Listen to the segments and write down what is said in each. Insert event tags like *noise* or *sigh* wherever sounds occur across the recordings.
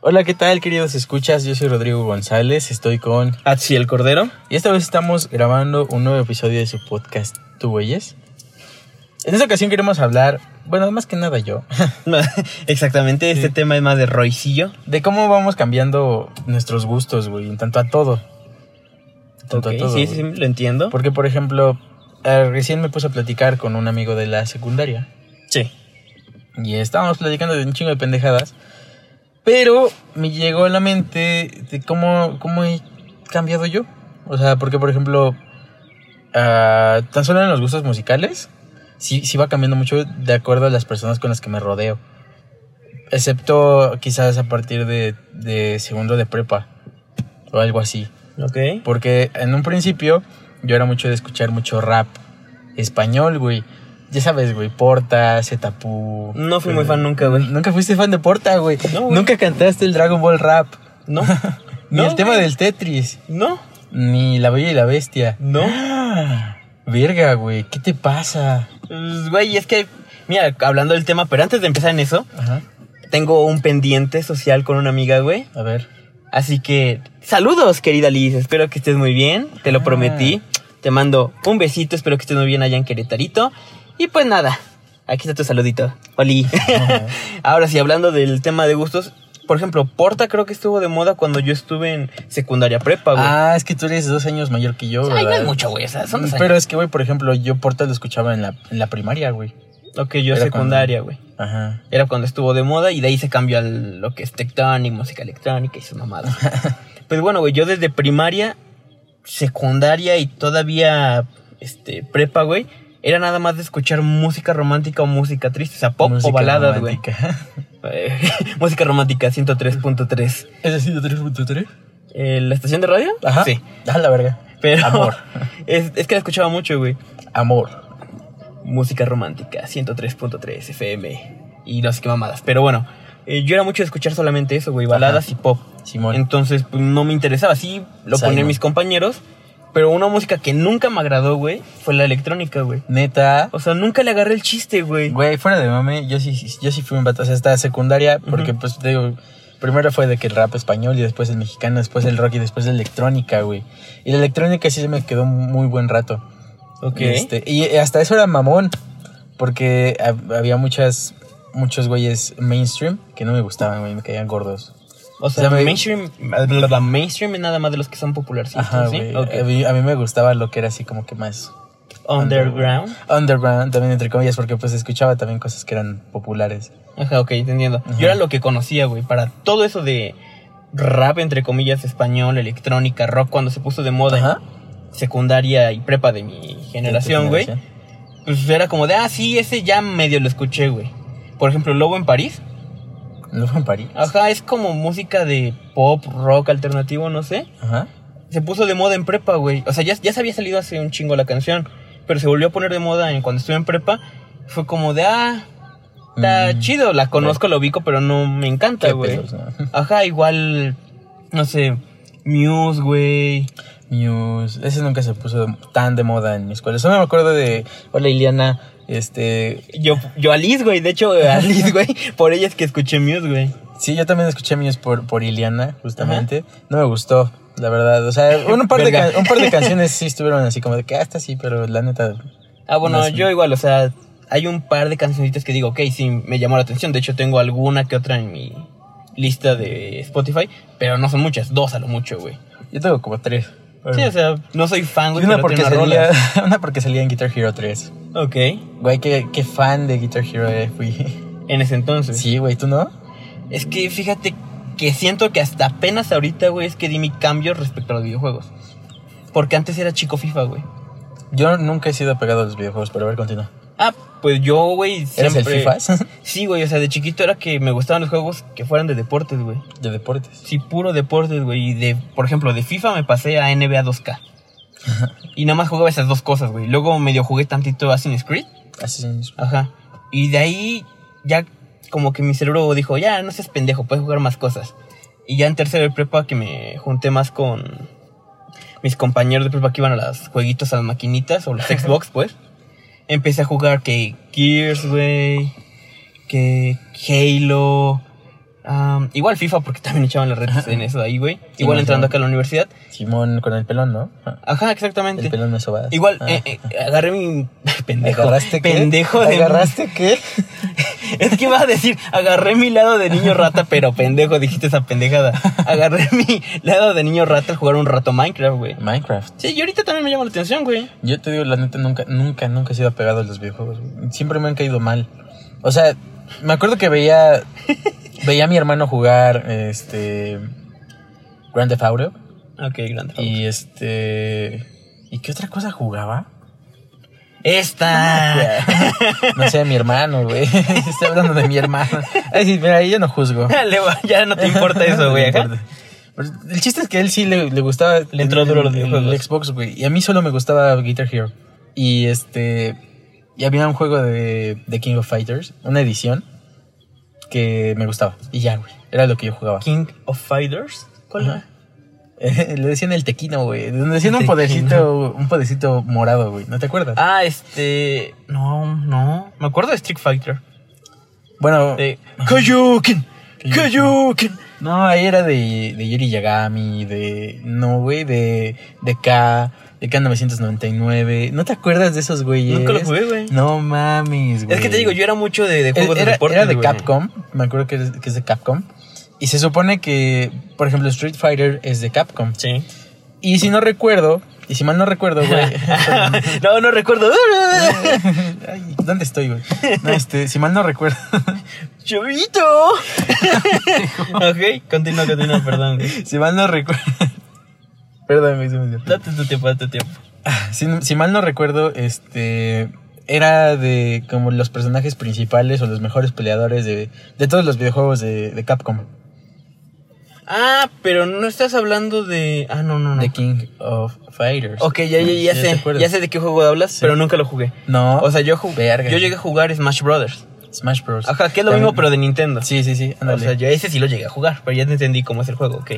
Hola, ¿qué tal, queridos escuchas? Yo soy Rodrigo González, estoy con... Atziel Cordero. *laughs* Y esta vez estamos grabando un nuevo episodio de su podcast, ¿Tu Güeyes? En esta ocasión queremos hablar, bueno, más que nada yo, Exactamente, este Sí. tema es más de Roycillo. de cómo vamos cambiando nuestros gustos, güey, en tanto a todo. En tanto Ok, a todo. sí, güey. sí, lo entiendo. Porque, por ejemplo, eh, recién me puse a platicar con un amigo de la secundaria. Sí. Y estábamos platicando de un chingo de pendejadas. Pero me llegó a la mente de cómo, cómo he cambiado yo. O sea, porque por ejemplo, ah, tan solo en los gustos musicales, sí, sí va cambiando mucho de acuerdo a las personas con las que me rodeo. Excepto quizás a partir de, de segundo de prepa o algo así. Ok. Porque en un principio yo era mucho de escuchar mucho rap español, güey. Ya sabes, güey, Porta, Zetapú. No fui Eh, muy fan nunca, güey. Nunca fuiste fan de Porta, güey. No, güey. Nunca cantaste el Dragon Ball rap. *laughs* No. Ni No, el tema güey. del Tetris. No. Ni La Bella y la Bestia. No. Ah, *gasps* verga, güey. ¿Qué te pasa? Pues, Güey, es que, mira, hablando del tema, pero antes de empezar en eso, Ajá. tengo un pendiente social con una amiga, güey. A *laughs* ver. Así que, saludos, querida Liz. Espero que estés muy bien. Te lo Ah. prometí. Te mando un besito. Espero que estés muy bien allá en Querétarito. Y pues nada, aquí está tu saludito. Oli. *laughs* *laughs* Ahora sí, hablando del tema de gustos. Por ejemplo, Porta creo que estuvo de moda cuando yo estuve en secundaria prepa, güey. Ah, es que tú eres dos años mayor que yo, O sea, ahí no ¿verdad? es mucho, güey. O sea, son dos años. Pero es que, güey, por ejemplo, yo Porta lo escuchaba en la, en la primaria, güey. Ok, yo Era secundaria, güey. Ajá. Era cuando estuvo de moda y de ahí se cambió a lo que es tectónico, música electrónica y su *laughs* mamada. pues bueno, güey, yo desde primaria, secundaria y todavía este, prepa, güey, era nada más de escuchar música romántica o música triste, o sea, pop Música o baladas, güey. *laughs* romántica. Eh, *laughs* música romántica 103.3. ¿Es así de 3.3? Eh, ¿La estación de radio? Ajá. Sí. A la verga. Pero Amor. *laughs* Es, es que la escuchaba mucho, güey. Amor. música romántica, 103.3 FM y no sé qué mamadas. Pero bueno, eh, yo era mucho de escuchar solamente eso, güey, baladas y pop. Simón. Entonces pues, no me interesaba, sí lo Simon. ponían mis compañeros, pero una música que nunca me agradó, güey, fue la electrónica, güey. Neta. O sea, nunca le agarré el chiste, güey. Güey, fuera de mame, yo sí, sí- yo sí fui un vato. O sea, hasta secundaria, porque Ujú. pues te digo, primero fue de que el rap español y después el mexicano, después el rock y después la electrónica, güey. Y la electrónica sí se me quedó muy buen rato. Ok. Este, y hasta eso era mamón, porque hab- había muchas, muchos güeyes mainstream que no me gustaban, güey, me caían gordos. o o sea, sea, me- mainstream, la mainstream es nada más de los que son popularcitos, Ajá, ¿sí? güey. Ok. A, mí, a mí me gustaba lo que era así como que más Underground. underground, también entre comillas, porque pues escuchaba también cosas que eran populares. Ajá, ok, te entiendo. Ajá. Yo era lo que conocía, güey, para todo eso de rap, entre comillas, español, electrónica, rock, cuando se puso de moda en Ajá. secundaria y prepa de mi generación, güey. Pues era como de, ah, sí, ese ya medio lo escuché, güey. Por ejemplo, Lobo en París. No fue en París. Ajá, es como música de pop, rock, alternativo, no sé. Ajá. Se puso de moda en prepa, güey. O sea, ya, ya se había salido hace un chingo la canción. Pero se volvió a poner de moda en cuando estuve en prepa. Fue como de, ah, está Mm. chido. La conozco, la ubico, pero no me encanta, Qué güey. pedos, ¿no? *laughs* Ajá, igual, no sé, Muse, güey. Muse, ese nunca se puso de- tan de moda en mi escuela. Solo me acuerdo de Hola Iliana, este, Yo, yo a Liz, güey. De hecho, *laughs* a Liz, güey. Por ella es que escuché Muse, güey. sí, yo también escuché Muse por por Iliana justamente. No me gustó, la verdad. O sea, un par de Verga. can- un *laughs* par de canciones sí estuvieron así como de que hasta sí, pero la neta Ah, bueno, Más- yo igual, o sea, hay un par de cancioncitas que digo, ok, sí, me llamó la atención. De hecho, tengo alguna que otra en mi lista de Spotify, pero no son muchas, dos a lo mucho, güey. yo tengo como tres. Sí, o sea, no soy fan, Y güey, una pero porque tiene unas salía, *laughs* rolas. una porque salía en Guitar Hero 3. Ok, Güey, qué, qué fan de Guitar Hero eh, *laughs* fui. en ese entonces. Sí, güey, ¿tú no? Es que fíjate que siento que hasta apenas ahorita, güey, es que di mi cambio respecto a los videojuegos. Porque antes era chico FIFA, güey. Yo nunca he sido apegado a los videojuegos, pero a ver, continúa. Ah, pues yo, güey, ¿Eres el siempre... FIFA *laughs* Sí, güey, o sea, de chiquito era que me gustaban los juegos que fueran de deportes, güey. de deportes? Sí, puro deportes, güey. Y de, por ejemplo, de FIFA me pasé a NBA 2K. y nada más jugaba esas dos cosas, güey. Luego medio jugué tantito Assassin's Creed. Assassin's Ajá. Y de ahí ya como que mi cerebro dijo, ya, no seas pendejo, puedes jugar más cosas. Y ya en tercero de prepa que me junté más con mis compañeros de prepa que iban a los jueguitos, a las *laughs* maquinitas o los Xbox, pues. Empecé a jugar que Gears, güey, que Halo, Am, igual FIFA, porque también echaban las redes en eso ahí, güey. Sí, igual no, entrando sí. acá a la universidad. Simón con el pelón, ¿no? Ah, Ajá, exactamente. El pelón me sobadas. Igual, Ah. eh, eh, agarré mi. *laughs* Pendejo. ¿Agarraste qué? Pendejo de. ¿Agarraste qué? Es que iba a decir, agarré mi lado de niño rata, pero pendejo, dijiste esa pendejada. Agarré mi lado de niño rata al jugar un rato Minecraft, güey. Minecraft. Sí, y ahorita también me llama la atención, güey. Yo te digo, la neta, nunca, nunca, nunca he sido apegado a los videojuegos. güey. Siempre me han caído mal. O sea, me acuerdo que veía. veía a mi hermano jugar. Este. Grand Theft Auto. Ok, grande. Y este. ¿Y qué otra cosa jugaba? Esta. Ah, *laughs* No sé, mi hermano, güey. *laughs* Estoy hablando de mi hermano. Ay, sí, mira, ahí yo no juzgo. Le va- ya no te importa *laughs* eso, güey. *laughs* No ajá. importa. Pues, El chiste es que a él sí le, le gustaba. Le entró duro a los el- videojuegos. El Xbox, güey. Y a mí solo me gustaba Guitar Hero. Y este. Y había un juego de, de King of Fighters, una edición, que me gustaba. Y ya, güey. Era lo que yo jugaba. King of Fighters. ¿Cuál era? Ajá. *laughs* le decían el tequino, güey. Le decían un Tequino. podercito, un podercito morado, güey. ¿No te acuerdas? Ah, este. No, no. Me acuerdo de Street Fighter. Eh, bueno, De. Koyuken. Koyuken. no, ahí era de, de Yuri Yagami, de. No, güey, de. De K, de K999. ¿No te acuerdas de esos güeyes? Nunca lo jugué, güey. No mames, güey. Es que te digo, yo era mucho de, de juegos de era, deporte. era de Capcom, me acuerdo que es, que es de Capcom. Y se supone que, por ejemplo, Street Fighter es de Capcom. Sí. *laughs* Y si no recuerdo, y si mal no recuerdo, güey. no, no recuerdo. *laughs* Ay, ¿Dónde estoy, güey? No, este, si mal no recuerdo. *laughs* ¡Chavito! *laughs* ok, continúa, continúa, perdón. güey. si mal no recuerdo. Perdón, me hice medio- Date tu tiempo, date tu tiempo. Si, si mal no recuerdo, este. Era de como los personajes principales o los mejores peleadores de, de todos los videojuegos de, de Capcom. Ah, pero no estás hablando de. Ah, no, no, no. The King of Fighters. Ok, ya, ya, ya ¿Sí te sé. acuerdas? Ya sé de qué juego hablas, pero nunca lo jugué. No, O sea, yo, ju- Verga. yo llegué a jugar Smash Brothers. Smash Bros. Ajá, que es lo También- mismo, pero de Nintendo. Sí, sí, sí, O ándale. sea, yo ese sí lo llegué a jugar, pero ya te entendí cómo es el juego, ok.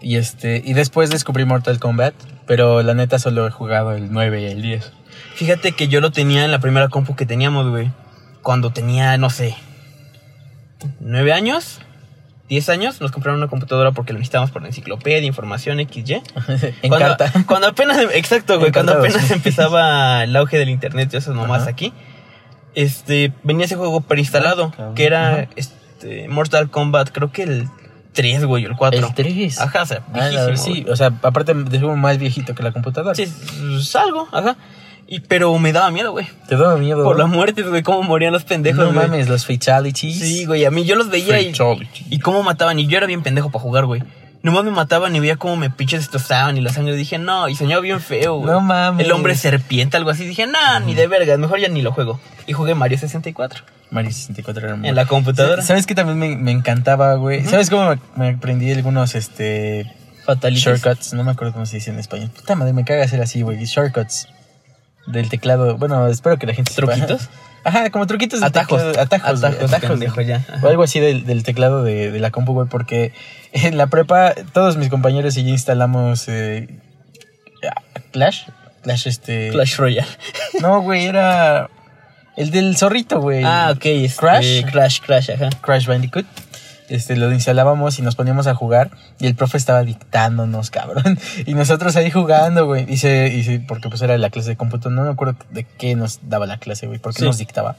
Y este, y después descubrí Mortal Kombat, pero la neta solo he jugado el 9 y el 10. Fíjate que yo lo tenía en la primera compu que teníamos, güey. Cuando tenía, no sé, nueve años, diez años, nos compraron una computadora porque lo necesitábamos por la enciclopedia, información, XY. *laughs* en cuando, carta. *laughs* Cuando apenas, exacto, güey, cuando Encartados. *laughs* apenas empezaba el auge del internet y esas nomás Ajá. aquí, este, venía ese juego preinstalado, Ah, cabrón. que era Ajá. este, Mortal Kombat, creo que el 3, güey, o el 4. El 3. Ajá, o sea, Ah, la- viejísimo, sí, o sea, aparte de ser más viejito que la computadora. güey. Sí, es algo, ajá. Y, pero me daba miedo, güey. Te daba miedo. Por ¿no? las muertes, güey, cómo morían los pendejos, no güey. mames, los fatalities. Sí, güey, a mí yo los veía y, Fatality. y cómo mataban. Y yo era bien pendejo para jugar, güey. Nomás me mataban y veía cómo me pinches destrozaban y la sangre. Dije, no, y soñaba bien feo, güey. No mames. El hombre serpiente, algo así. Dije, no, ni de vergas, mejor ya ni lo juego. Y jugué Mario 64 Mario 64 era muy en la computadora. ¿Sabes qué también me, me encantaba, güey? ¿Sabes cómo me, me aprendí algunos este Fatalities. shortcuts? No me acuerdo cómo se dice en español. Puta madre, me caga hacer así, güey. Shortcuts del teclado. Bueno, espero que la gente sepa. ¿Truquitos? Ajá, como truquitos de Atajos. teclado. Atajos, güey, Atajos, pendejo, ya. Ajá. O algo así del, del teclado de, de la compu, güey, porque en la prepa todos mis compañeros y yo instalamos eh, Clash. Clash este... Clash Royale. No, güey, era el del zorrito, güey. Ah, ok. este, Crash. Crash, Crash, ajá. Crash Bandicoot. Este, lo instalábamos y nos poníamos a jugar y el profe estaba dictándonos, *laughs* cabrón. Y nosotros ahí jugando, güey. Y se, y se- porque pues era la clase de cómputo. No me acuerdo de qué nos daba la clase, güey. Por qué Sí. nos dictaba.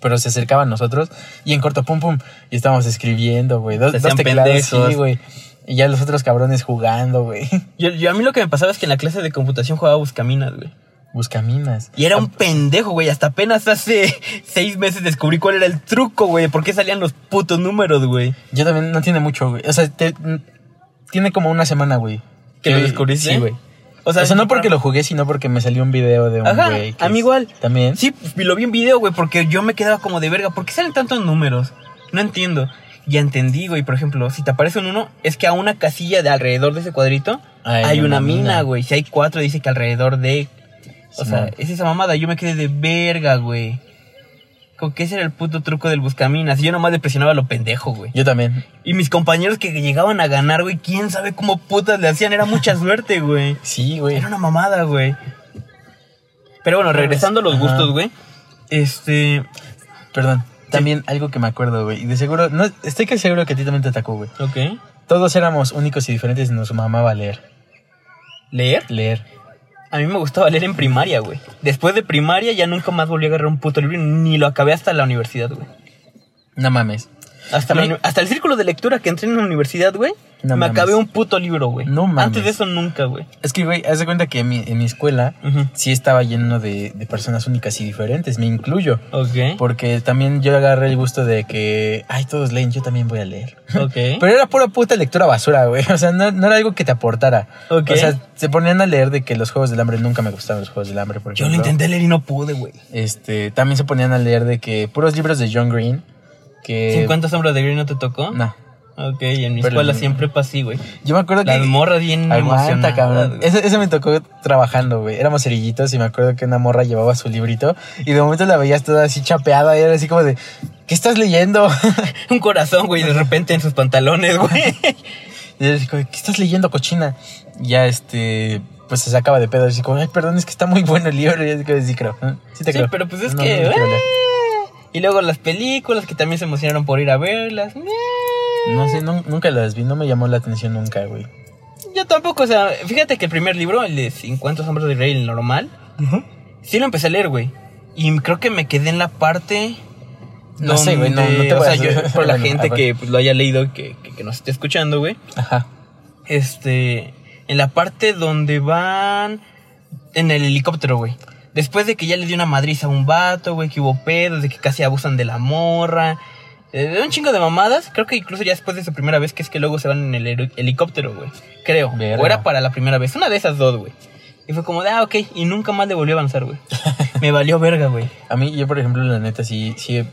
Pero se acercaba a nosotros y en corto pum pum. Y estábamos escribiendo, güey. Dos, Se dos hacían teclados, sí, pendejos. güey. Y ya los otros cabrones jugando, güey. *laughs* Yo, yo- a mí lo que me pasaba es que en la clase de computación jugaba Buscaminas, güey. Buscaminas. Y era un pendejo, güey. Hasta apenas hace *laughs* seis meses descubrí cuál era el truco, güey. ¿Por qué salían los putos números, güey? Yo también, no tiene mucho, güey. O sea, te- mm, tiene como una semana, güey. ¿Que lo descubriste? Sí, güey. O O sea, no porque lo jugué, sino porque me salió un video de un Ajá, güey. que a mí es- igual. También. Sí, y lo vi en video, güey, porque yo me quedaba como de verga. ¿Por qué salen tantos números? No entiendo. Ya entendí, güey. Por ejemplo, si te aparece un uno, es que a una casilla de alrededor de ese cuadrito Hay hay, una una, mina. mina, güey. Si hay cuatro, dice que alrededor de. O Simón. sea, es esa mamada. Yo me quedé de verga, güey. ¿Con qué era el puto truco del buscaminas? Yo nomás le presionaba a lo pendejo, güey. Yo también. Y mis compañeros que llegaban a ganar, güey, quién sabe cómo putas le hacían. *laughs* Era mucha suerte, güey. Sí, güey. Era una mamada, güey. Pero bueno, regresando a los Ajá. gustos, güey. Este. Perdón. También algo que me acuerdo, güey. Y de seguro, no, estoy casi seguro que a ti también te atacó, güey. Ok. Todos éramos únicos y diferentes y nos mamaba leer. ¿Leer? Leer. A mí me gustaba leer en primaria, güey. Después de primaria ya nunca más volví a agarrar un puto libro y ni lo acabé hasta la universidad, güey. No mames. Hasta, la Güey. uni- hasta el círculo de lectura que entré en la universidad, güey. No me mames. acabé un puto libro, güey. No mames. Antes de eso nunca, güey. Es que, güey, haz de cuenta que en mi, en mi escuela Ujú. sí estaba lleno de, de personas únicas y diferentes, me incluyo. Ok. Porque también yo agarré el gusto de que, ay, todos leen, yo también voy a leer. *laughs* Ok. Pero era pura puta lectura basura, güey. *laughs* O sea, no, no era algo que te aportara. Ok. O sea, se ponían a leer de que los Juegos del Hambre nunca me gustaban los Juegos del Hambre. Por Yo lo ejemplo. intenté leer y no pude, güey. Este, también se ponían a leer de que puros libros de John Green. Que... 50 sombras de Grey no te tocó? Eh, No. Ok, y en mi Pero- escuela siempre pasé, güey. Yo me acuerdo Las que... morras bien Aguanta, emocionadas, cabrón. güey. *laughs* Eso, eso me tocó trabajando, güey. Éramos cerillitos y me acuerdo que una morra llevaba su librito y de momento la veías toda así chapeada y era así como de, ¿qué estás leyendo? Un corazón, güey, de repente en sus pantalones, güey. Y yo así como, ¿qué estás leyendo, cochina? Y ya, este, pues se sacaba de pedo. Así como, ay, perdón, es que está muy bueno el libro. Y yo así como, sí creo. ¿eh? *laughs* Sí te Sí, creo. pero pues es No, que... No, no quiero leer. eh. y luego las películas que también se emocionaron por ir a verlas. eh. No sé, nun- nunca las vi. No me llamó la atención nunca, güey. Yo tampoco, o sea, fíjate que el primer libro, el de 50 sombras de Grey, el normal, sí lo empecé a leer, güey. Y creo que me quedé en la parte... No sé, güey, no- no te donde- O voy sea, a- yo, *laughs* para la Bueno, gente a ver. que pues, lo haya leído, y que, que, que nos esté escuchando, güey. Ajá. Este. En la parte donde van. En el helicóptero, güey. Después de que ya le dio una madriz a un vato, güey, que hubo pedos, de que casi abusan de la morra. eh, un chingo de mamadas. Creo que incluso ya después de su primera vez, que es que luego se van en el heli- helicóptero, güey. Creo. Verga. O era para la primera vez. Una de esas dos, güey. Y fue como de, ah, ok. Y nunca más le volvió a avanzar, güey. *laughs* Me valió verga, güey. A mí, yo por ejemplo, la neta, sí, sí. he-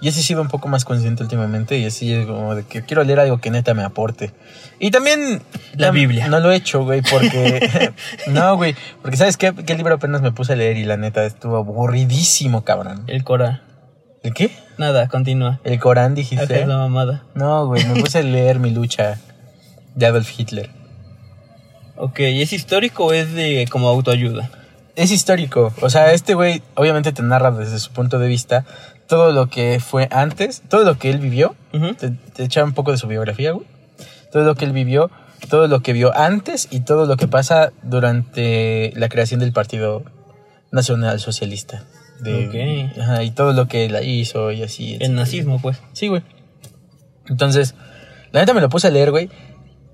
Yo sí he sido un poco más consciente últimamente y así es como de que quiero leer algo que neta me aporte. Y también... La tam- Biblia. No lo he hecho, güey, porque... *laughs* no, güey, porque ¿sabes qué? ¿Qué libro apenas me puse a leer y la neta estuvo aburridísimo, cabrón? El Cora. ¿El qué? Nada, continúa. El Corán, Esa dijiste. es la mamada. No, güey, me puse a leer Mi lucha de Adolf Hitler. Ok, ¿y ¿es histórico o es de como autoayuda? Es histórico, o sea, este güey obviamente te narra desde su punto de vista todo lo que fue antes, todo lo que él vivió, Ujú. te, te echa un poco de su biografía, güey. Todo lo que él vivió, todo lo que vio antes y todo lo que pasa durante la creación del Partido Nacional Socialista. De, Ok. Ajá, y todo lo que la hizo y así. El etcétera. nazismo, pues. Sí, güey. Entonces, la neta me lo puse a leer, güey.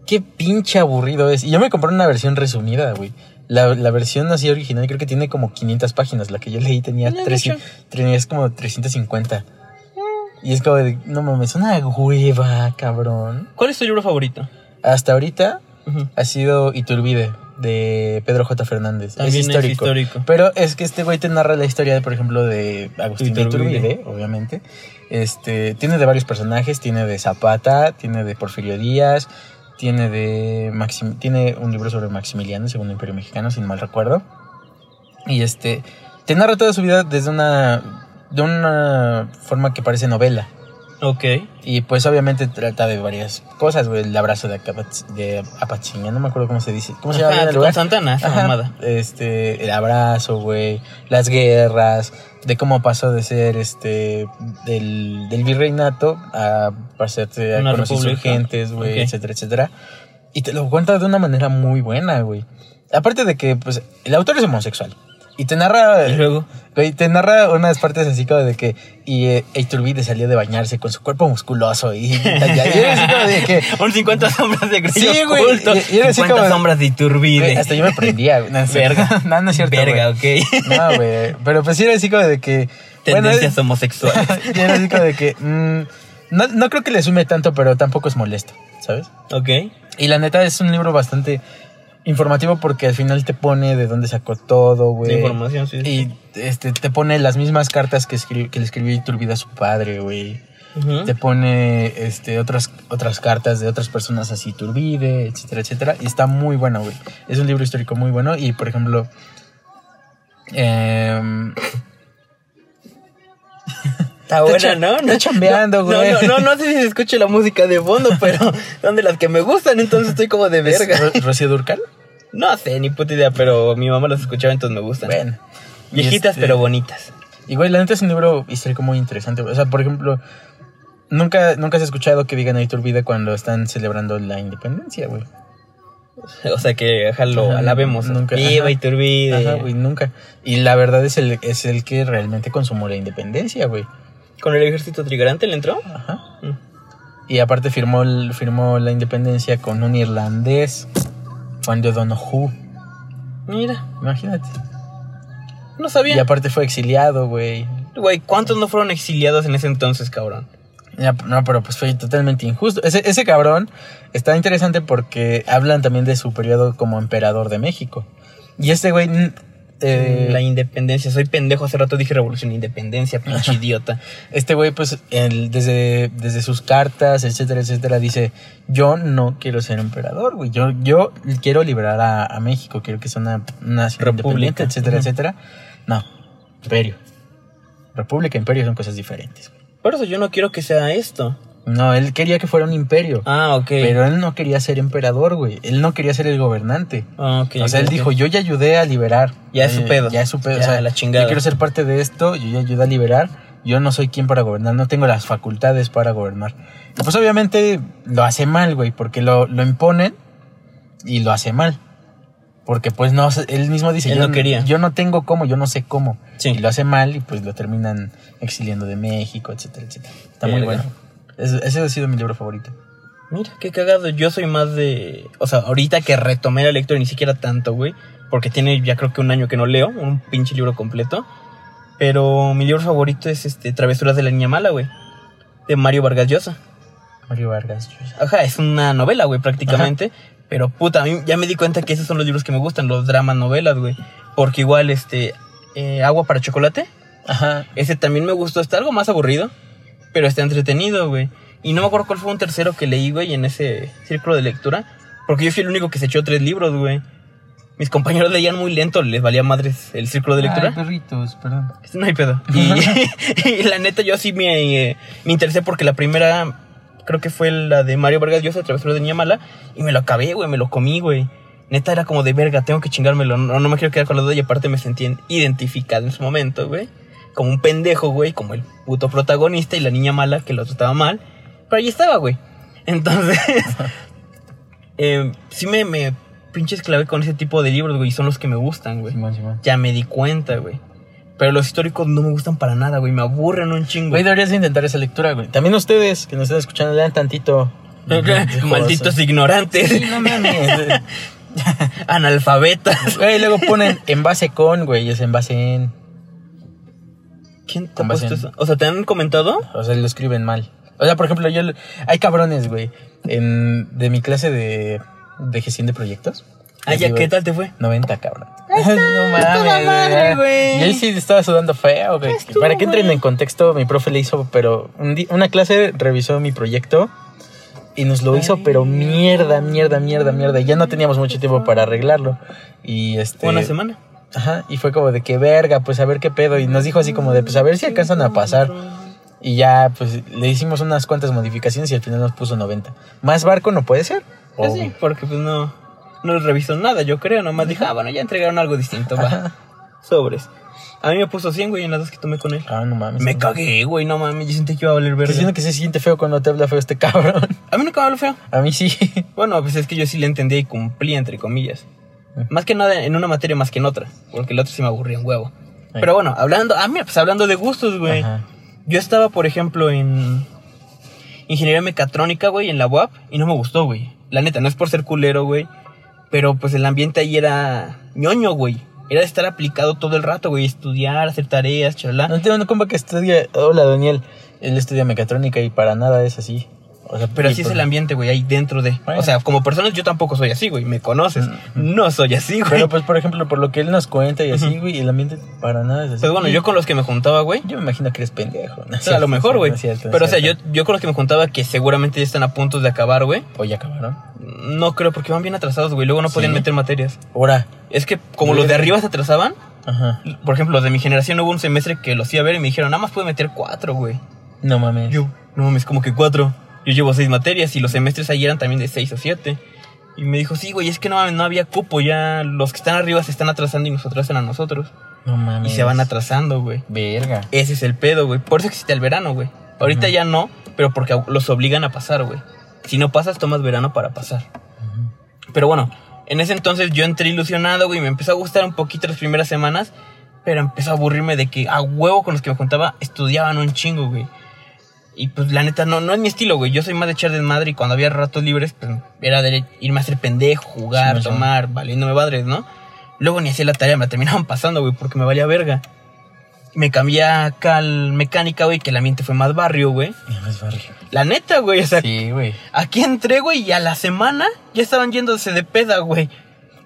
Qué pinche aburrido es. Y yo me compré una versión resumida, güey. La, la versión así original creo que tiene como 500 páginas. La que yo leí tenía, No, de 300 hecho. tenía es como 350. Mm. Y es como de, no mames, una hueva, cabrón. ¿Cuál es tu libro favorito? Hasta ahorita Ujú. ha sido Iturbide, de Pedro J. Fernández. También es histórico. Pero es que este güey te narra la historia, por ejemplo, de Agustín de Iturbide. Iturbide, obviamente. Este, tiene de varios personajes, tiene de Zapata, tiene de Porfirio Díaz, tiene de Maxim- tiene un libro sobre Maximiliano, segundo imperio mexicano, sin mal recuerdo. Y este, te narra toda su vida desde una de una forma que parece novela. Ok. Y pues obviamente trata de varias cosas, güey, el abrazo de, Acapats- de Apatzinga, no me acuerdo cómo se dice. ¿Cómo se llama Ajá, bien el con lugar? Santana, esa Ajá, mamada. Este, el abrazo, güey, las guerras, de cómo pasó de ser este del, del virreinato a pasarse a Una con los república. insurgentes, güey, Ok. etcétera, etcétera. Y te lo cuenta de una manera muy buena, güey. Aparte de que, pues, el autor es homosexual. Y te narra. *laughs* Y luego. Güey, te narra unas partes así como de que y eh, Iturbide salió de bañarse con su cuerpo musculoso y, y era así como de que Un 50 sombras de Grey Sí, güey, oculto. y- y era así 50 como- sombras de güey, Iturbide. hasta yo me prendía, güey. No, no es cierto. Verga. No, no es cierto. Verga, güey. ok. No, güey, pero pues sí era así como de que bueno, *laughs* *laughs* Tendencias homosexuales. y era así como de que mm, no, no creo que le sume tanto, pero tampoco es molesto, ¿sabes? ok. Y la neta es un libro bastante informativo porque al final te pone de dónde sacó todo, De güey. información, sí. Y este, te pone las mismas cartas que, escri- que le escribió Iturbide a su padre, güey. Ujú. Te pone este, otras, otras cartas de otras personas así, Turbide, etcétera, etcétera. Y está muy bueno, güey. Es un libro histórico muy bueno. Y, por ejemplo... em, Está Está buena, cha- ¿no? está chambeando, güey. No, no, no, no sé si se escucha la música *laughs* de fondo, pero son de las que me gustan, entonces estoy como de ¿es verga. Ro- Rocío Durcal? No sé, ni puta idea, pero mi mamá las escuchaba, entonces me gustan. Bueno. Y Viejitas, este- pero bonitas. Y, güey, la neta es un libro histórico muy interesante. güey. O sea, por ejemplo, nunca, nunca has escuchado que digan a Iturbide cuando están celebrando la independencia, güey. *laughs* O sea que ajá, lo Ajá, alabemos. nunca- Viva ajá. Iturbide. Ajá, güey, nunca. Y la verdad es el, es el que realmente consumó la independencia, güey. ¿Con el ejército trigarante le entró? Ajá. Mm. Y aparte firmó, el- firmó la independencia con un irlandés, Juan de O'Donoghue. Mira, Imagínate. no Y sabía. aparte fue exiliado, güey. Güey, ¿cuántos no fueron exiliados en ese entonces, cabrón? Ya, No, pero pues fue totalmente injusto. Ese, ese cabrón está interesante porque hablan también de su periodo como emperador de México. Y este güey... mm, eh, La independencia. Soy pendejo. Hace rato dije revolución, independencia, *laughs* pinche idiota. Este güey, pues, el- desde, desde sus cartas, etcétera, etcétera, dice, yo no quiero ser emperador, güey. Yo, yo quiero liberar a, a México, quiero que sea una una nación República. independiente, etcétera, Ujú. etcétera. No, imperio. República e imperio son cosas diferentes. güey. Por eso yo no quiero que sea esto. No, él quería que fuera un imperio, Ah, ok. pero él no quería ser emperador, güey. Él no quería ser el gobernante. Ah, ok, o sea, ok, él ok. dijo, yo ya ayudé a liberar. Ya es su Eh, pedo. Ya es su pedo. Ya, o sea, la chingada. Yo quiero ser parte de esto, yo ya ayudé a liberar. Yo no soy quien para gobernar, no tengo las facultades para gobernar. Y pues obviamente lo hace mal, güey, porque lo, lo imponen y lo hace mal. Porque pues no, sé, él mismo dice, Él yo no quería. Yo no tengo cómo, yo no sé cómo. Sí. Y lo hace mal y pues lo terminan exiliando de México, etcétera, etcétera. Está muy Verga. bueno. Es- ese ha sido mi libro favorito. Mira, qué cagado. Yo soy más de. O sea, ahorita que retomé la lectura, ni siquiera tanto, güey. Porque tiene ya creo que un año que no leo, un pinche libro completo. Pero mi libro favorito es este Travesuras de la Niña Mala, güey. De Mario Vargas Llosa. Mario Vargas. Llosa. Ajá, es una novela, güey, prácticamente. Pero puta, a mí ya me di cuenta que esos son los libros que me gustan, los dramas novelas, güey. Porque igual, este. eh, Agua para chocolate. Ajá. Ese también me gustó. Está algo más aburrido, pero está entretenido, güey. Y no me acuerdo cuál fue un tercero que leí, güey, en ese círculo de lectura. Porque yo fui el único que se echó tres libros, güey. Mis compañeros leían muy lento, les valía madres el círculo de lectura. Ay, perritos, perdón. No hay pedo. *laughs* Y, y la neta, yo sí me, eh, me interesé porque la primera, creo que fue la de Mario Vargas Llosa, Travesura de Niña Mala, y me lo acabé, güey, me lo comí, güey. Neta, era como de verga, tengo que chingármelo, no, no me quiero quedar con la duda, y aparte me sentí identificado en su momento, güey. Como un pendejo, güey, como el puto protagonista y la niña mala que lo trataba mal, pero ahí estaba, güey. Entonces, *laughs* eh, sí me, me pinches clavé con ese tipo de libros, güey, y son los que me gustan, güey. Simón, Simón. Ya me di cuenta, güey. Pero los históricos no me gustan para nada, güey. Me aburren un chingo. Güey, deberías de intentar esa lectura, güey. También ustedes que nos están escuchando, lean tantito. *laughs* Ok, Malditos Sí, ignorantes, no mames. analfabetas. Güey, luego ponen en base con, güey, y es en base en. ¿Quién te ha Con puesto pasión. eso? O sea, ¿te han comentado? O sea, lo escriben mal. O sea, por ejemplo, yo. Hay cabrones, güey, en- de mi clase de, de gestión de proyectos. Ah, Les ya, digo, ¿qué tal te fue? 90, cabrón. *laughs* no toda madre, güey. Y él sí estaba sudando feo, güey. Estuvo, Para que entren güey. en contexto, mi profe le hizo, pero un di- una clase revisó mi proyecto y nos lo hizo, pero mierda, mierda, mierda, mierda. Y Ya no teníamos mucho tiempo para arreglarlo. Y este. Una semana. Ajá. Y fue como de que verga, pues a ver qué pedo. Y nos dijo así como de, pues a ver si alcanzan a pasar. Y ya, pues le hicimos unas cuantas modificaciones y al final nos puso 90. Más barco no puede ser. Pues sí, porque pues no, no revisó nada, yo creo. Nomás dije, ah, bueno, ya entregaron algo distinto, va. Sobres. A mí me puso 100, güey, en las dos que tomé con él. Ah, no mames. Me cagué, güey, no mames. Yo sentí que iba a valer Pero verga. siento que se siente feo cuando te habla feo este *laughs* cabrón. A mí nunca me habló feo. A mí sí. Bueno, pues es que yo sí le entendía y cumplía, entre comillas. Más que nada en una materia más que en otra, porque el otro sí me aburría un huevo. Pero bueno, hablando, ah, mira, pues hablando de gustos, güey. Ajá. Yo estaba, por ejemplo, en ingeniería mecatrónica, güey, en la UAP, y no me gustó, güey. La neta, no es por ser culero, güey. Pero pues el ambiente ahí era ñoño, güey. Era estar aplicado todo el rato, güey. Estudiar, hacer tareas, chalá. No tengo una compa que estudia. Hola, Daniel. Él estudia mecatrónica y para nada es así. O sea, Pero y así es por- el ambiente, güey, ahí dentro de. Bueno. O sea, como personas yo tampoco soy así, güey. Me conoces. No soy así, *laughs* güey. Pero pues, por ejemplo, por lo que él nos cuenta y así, güey, el ambiente para nada es así. Pues bueno, yo con los que me juntaba, güey. Yo me imagino que eres pendejo. ¿no? O sea, a lo mejor, güey. No es cierto, no es Pero, o sea, yo, cierto. yo con los que me juntaba que seguramente ya están a punto de acabar, güey. O ya acabaron. No creo, porque van bien atrasados, güey. Luego no podían Sí. meter materias. Ahora. Es que como los de arriba se atrasaban, Ajá. por ejemplo, los de mi generación hubo un semestre que los iba a ver y me dijeron, nada más puedo meter cuatro, güey. No mames. Yo, no mames, como que cuatro. Yo llevo seis materias y los semestres ahí eran también de seis o siete. Y me dijo, sí, güey, es que no, mames, no había cupo, ya los que están arriba se están atrasando y nos atrasan a nosotros. No y mames. se van atrasando, güey. Verga. Ese es el pedo, güey. Por eso existe el verano, güey. Ahorita Ujú. ya no, pero porque au- los obligan a pasar, güey. Si no pasas, tomas verano para pasar. Pero bueno, en ese entonces yo entré ilusionado, güey. Me empezó a gustar un poquito las primeras semanas. Pero empezó a aburrirme de que a huevo con los que me juntaba estudiaban un chingo, güey. Y pues la neta, no, no es mi estilo, güey. Yo soy más de echar desmadre y cuando había ratos libres, pues era de irme a hacer pendejo, jugar, Sí, sí. tomar, valiéndome madres, ¿no? Luego ni hacía la tarea, me la terminaban *laughs* pasando, güey, porque me valía verga. Me cambié acá al mecánica, güey, que el ambiente fue más barrio, güey. Ya ves, barrio. La neta, güey, o sea, Sí, güey. aquí entré, güey, y a la semana ya estaban yéndose de peda, güey.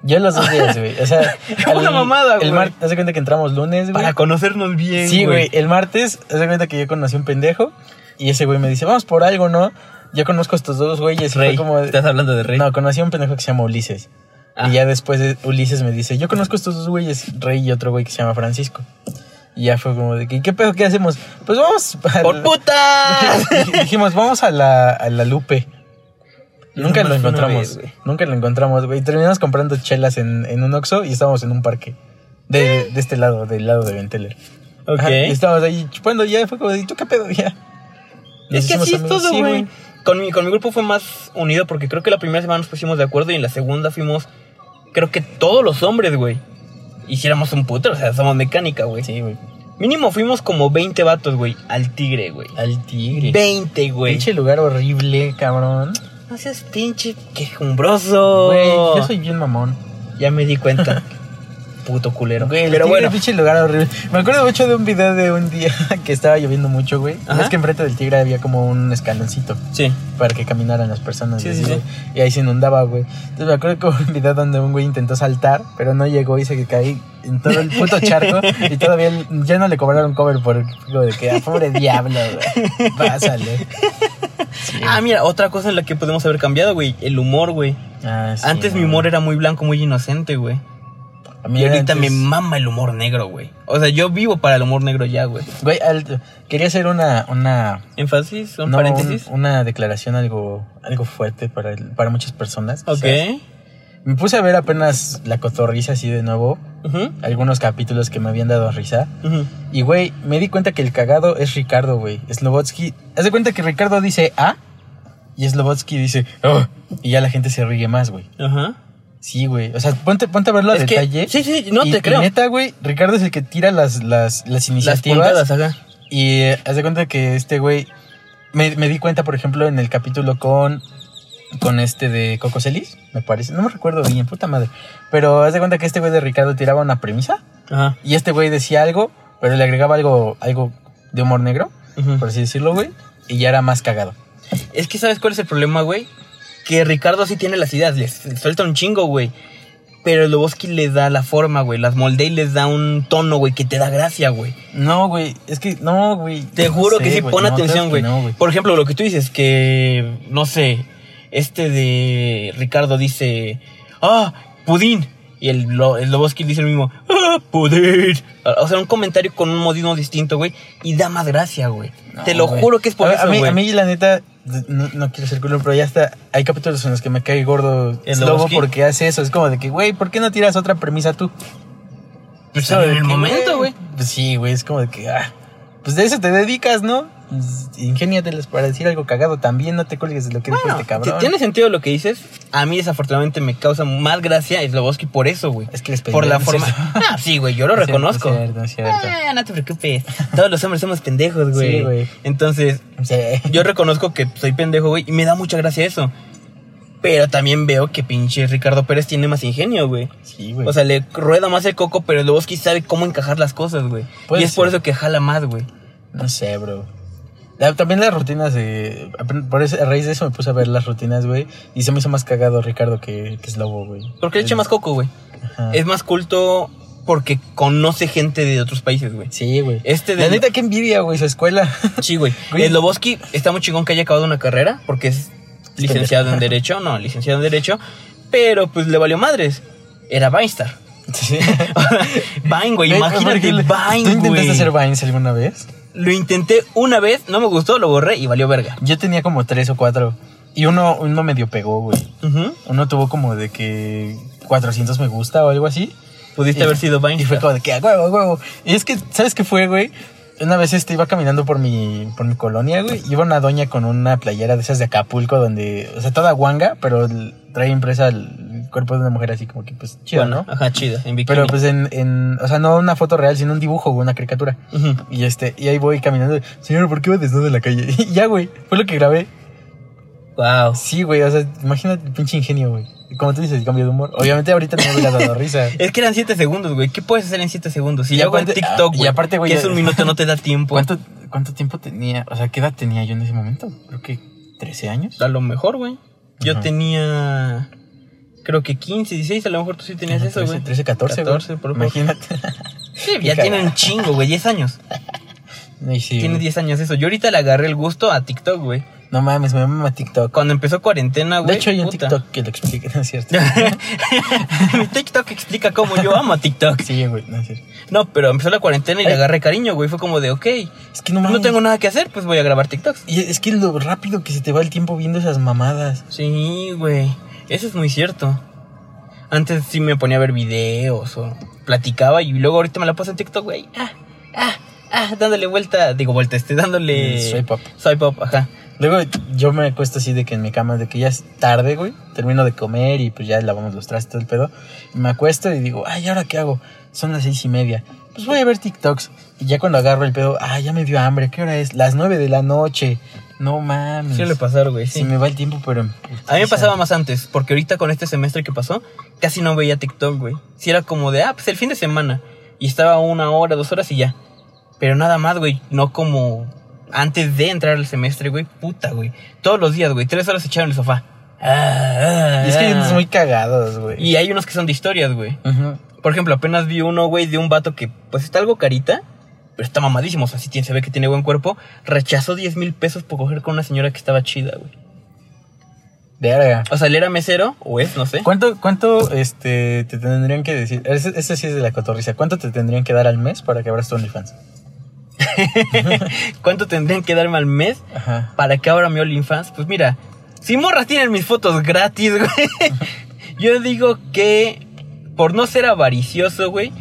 Yo los dos días, güey. O sea, *laughs* Una mamada, güey. El martes, te das cuenta que entramos lunes, güey. Para conocernos bien, Sí, güey. El martes, te das cuenta que yo conocí a un pendejo. Y ese güey me dice, vamos por algo, ¿no? Yo conozco a estos dos güeyes. y fue Rey, como. estás hablando de Rey. No, conocí a un pendejo que se llama Ulises. Ah. Y ya después eh, Ulises me dice, yo conozco a estos dos güeyes, Rey y otro güey que se llama Francisco. Y ya fue como de que, ¿qué pedo? ¿Qué hacemos? Pues vamos... al- *laughs* ¡Por putas! Dijimos, vamos a la, a la Lupe. Nunca lo Nomás fue una encontramos. vez, güey. Nunca lo encontramos, güey. Terminamos comprando chelas en, en un Oxxo y estábamos en un parque. De, de este lado, del lado de Venteler. Ok. Ajá, y estábamos ahí chupando y ya fue como de, ¿tú qué pedo? *laughs* Ya. Nos Es hicimos que así es amigos. todo, Sí, güey. con, mi, con mi grupo fue más unido porque creo que la primera semana nos pusimos de acuerdo y en la segunda fuimos, creo que todos los hombres, güey. Hiciéramos un puto, o sea, somos mecánica, güey. Sí, güey. Mínimo fuimos como 20 vatos, güey, al tigre, güey. Al tigre. 20, güey. Pinche lugar horrible, cabrón. No seas pinche quejumbroso. Güey, yo soy bien mamón. Ya me *laughs* di cuenta. Puto culero. Güey, Pero bueno, pinche lugar horrible. Me acuerdo mucho de un video de un día *laughs* que estaba lloviendo mucho, güey. Ajá. Es que enfrente del tigre había como un escaloncito sí. para que caminaran las personas. Sí, güey, sí, sí. Y ahí se inundaba, güey. Entonces me acuerdo que hubo un video donde un güey intentó saltar, pero no llegó y se caí en todo el puto charco. y todavía el- ya no le cobraron cover por lo de que, ah, pobre diablo, güey. Pásale. Sí. Ah, mira, otra cosa en la que podemos haber cambiado, güey. El humor, güey. Ah, sí, Antes mi güey. humor era muy blanco, muy inocente, güey. A mí Y ahorita me antes- mama el humor negro, güey. O sea, yo vivo para el humor negro ya, güey. Güey, al- quería hacer una, una Énfasis, un No, un- paréntesis. una declaración algo, algo fuerte para, el- para muchas personas. ok. quizás. Me puse a ver apenas la cotorriza así de nuevo, Ujú, algunos capítulos que me habían dado risa. ujú. Y güey, me di cuenta que el cagado es Ricardo, güey. Slobotsky. Haz de cuenta que Ricardo dice ah y Slobotsky dice "Ah", y ya la gente se ríe más, güey. Ajá. Sí, güey. O sea, ponte, ponte a verlo a Es que- detalle. sí, sí, no Y- te y creo. neta, güey, Ricardo es el que tira las, las, las Las iniciativas. puntadas acá. Y eh, haz de cuenta que este güey. Me, me di cuenta, por ejemplo, en el capítulo con. Con este de Coco Celis, me parece. No me recuerdo bien, puta madre. Pero haz de cuenta que este güey de Ricardo tiraba una premisa. Ajá. Y este güey decía algo, pero le agregaba algo, algo de humor negro, ujú. por así decirlo, güey. Y ya era más cagado. Es que ¿sabes cuál es el problema, güey? Que Ricardo sí tiene las ideas, les les suelta un chingo, güey. Pero Loboski le da la forma, güey. Las moldea y les da un tono, güey, que te da gracia, güey. No, güey. Es que no, güey. Te no juro sé, que sí, güey, pon no, claro que atención, güey. no, güey. Por ejemplo, lo que tú dices, que, no sé, este de Ricardo dice, ah, pudín. Y el, lo, el Loboski dice lo mismo, ah, pudín. O sea, un comentario con un modismo distinto, güey. Y da más gracia, güey. No, Te lo güey. juro que es por a, a eso, mí, güey. a mí, la neta, no, no quiero ser culo, pero ya está. Hay capítulos en los que me cae gordo ¿El el lobo Loboski? porque hace eso. Es como de que, güey, ¿por qué no tiras otra premisa tú? Pues ¿Sabes en el qué, momento, güey. Pues sí, güey, es como de que, ah, pues de eso te dedicas, ¿no? Pues, Ingéniatelas para decir algo cagado también. No te colgues de lo que dijo Bueno, este cabrón. ti- tiene sentido lo que dices. A mí desafortunadamente me causa más gracia Sloboski por eso, güey. Es que les Por *laughs* la pendejos, forma. ¿cierto? Ah, sí, güey, yo lo Es cierto, reconozco. es cierto, es cierto. Ah, no te preocupes. Todos los hombres somos pendejos, güey. Sí, güey. Entonces, Sí. yo reconozco que soy pendejo, güey, y me da mucha gracia eso. Pero también veo que pinche Ricardo Pérez tiene más ingenio, güey. Sí, güey. O sea, le rueda más el coco, pero Sloboski sabe cómo encajar las cosas, güey. Puede Y es por ser. eso que jala más, güey. No sé, bro. La- También las rutinas de... Por eso, a raíz de eso me puse a ver las rutinas, güey. Y se me hizo más cagado Ricardo que, que es lobo, güey. Porque le echa más coco, güey. Ajá. Es más culto porque conoce gente de otros países, güey. Sí, güey. Este de- La neta, qué envidia, güey, su escuela. *laughs* Sí, güey. Eh, Güey. Loboski está muy chingón que haya acabado una carrera porque es licenciado en Derecho. No, licenciado en Derecho. Pero pues le valió madres. Era Weinstar. Sí. *laughs* Vine, güey. Güey, Imagínate, porque- Vine, güey. ¿Tú intentaste hacer Vines alguna vez? Lo intenté una vez, no me gustó, lo borré y valió verga. Yo tenía como tres o cuatro. Y uno, uno medio pegó, güey. Ujú. Uno tuvo como de que 400 me gusta o algo así. Pudiste Y- haber sido Y fue Weinstein. como de que, "A huevo, a huevo. Y es que, ¿sabes qué fue, güey? Una vez este, iba caminando por mi, por mi colonia, güey. Iba una doña con una playera de esas de Acapulco, donde, o sea, toda guanga, pero l- trae impresa el cuerpo de una mujer así como que, pues, chido, Bueno, ¿no? ajá, chido, en bikini. Pero pues en, en, o sea, no una foto real, sino un dibujo, güey, una caricatura. Ujú. Y este, y ahí voy caminando. Señor, ¿por qué va desnudo en la calle? *laughs* Y ya, güey, fue lo que grabé. Wow. Sí, güey, o sea, imagínate el pinche ingenio, güey. Y Como tú dices, el cambio de humor. Obviamente ahorita no me hubiera dado risa. Es que eran 7 segundos, güey. ¿Qué puedes hacer en 7 segundos? Si Y yo hago en aparte- ah, TikTok, y güey. aparte, güey, Que ya- es un minuto, no te da *laughs* tiempo. ¿Cuánto, ¿Cuánto tiempo tenía? O sea, ¿qué edad tenía yo en ese momento? Creo que 13 años. A lo mejor, güey. Yo Ajá. tenía. Creo que 15, 16. A lo mejor tú sí tenías Ajá, eso, güey. 13, 14, 14, 14 por favor. Imagínate. *laughs* Sí, ya Qué tiene un chingo, güey. 10 años. Y sí, Tiene güey. 10 años eso. Yo ahorita le agarré el gusto a TikTok, güey. No mames, me mama TikTok. Cuando empezó cuarentena, Ah, güey. De hecho, hay un puta. TikTok que lo explica, *laughs* ¿no es cierto? *laughs* Mi TikTok explica cómo yo amo a TikTok. sí, güey, no es cierto. No, pero empezó la cuarentena y le Ay. agarré cariño, güey. Fue como de, ok, Es que no mames. no tengo nada que hacer, pues voy a grabar TikToks. Y es que lo rápido que se te va el tiempo viendo esas mamadas. Sí, güey. Eso es muy cierto. Antes sí me ponía a ver videos o platicaba y luego ahorita me la paso en TikTok, güey. Ah, ah, ah, dándole vuelta. Digo, vuelta, este, dándole. Mm, swipe up. Swipe up, ajá. Luego yo me acuesto así de que en mi cama, de que ya es tarde, güey. Termino de comer y pues ya lavamos los trastes, todo el pedo. Y me acuesto y digo, ay, ¿ahora qué hago? Son las seis y media. Pues voy a ver TikToks. Y ya cuando agarro el pedo, ay, ya me dio hambre. ¿Qué hora es? Las nueve de la noche. No mames. Sí le pasar, güey, sí. Se Mm. me va el tiempo, pero... en putiza. A mí me pasaba más antes, porque ahorita con este semestre que pasó, casi no veía TikTok, güey. Si era como de, ah, pues el fin de semana. Y estaba una hora, dos horas y ya. Pero nada más, güey. No como antes de entrar al semestre, güey. Puta, güey. Todos los días, güey. Tres horas echado en el sofá. Ah, ah, Y es que hay ah. unos muy cagados, güey. Y hay unos que son de historias, güey. Ujú. Por ejemplo, apenas vi uno, güey, de un vato que, pues está algo carita, pero está mamadísimo. O sea, sí tiene- se ve que tiene buen cuerpo. Rechazó 10 mil pesos por coger con una señora que estaba chida, güey. Verga. O sea, él era mesero, o es, no sé. ¿Cuánto, cuánto este, te tendrían que decir? Este, este sí es de la cotorriza. ¿Cuánto te tendrían que dar al mes para que abras tu OnlyFans? ¿Cuánto tendrían que darme al mes Ajá. para que abra mi OnlyFans? Pues mira, si morras tienen mis fotos gratis, *laughs* güey. Yo digo que, por no ser avaricioso, güey,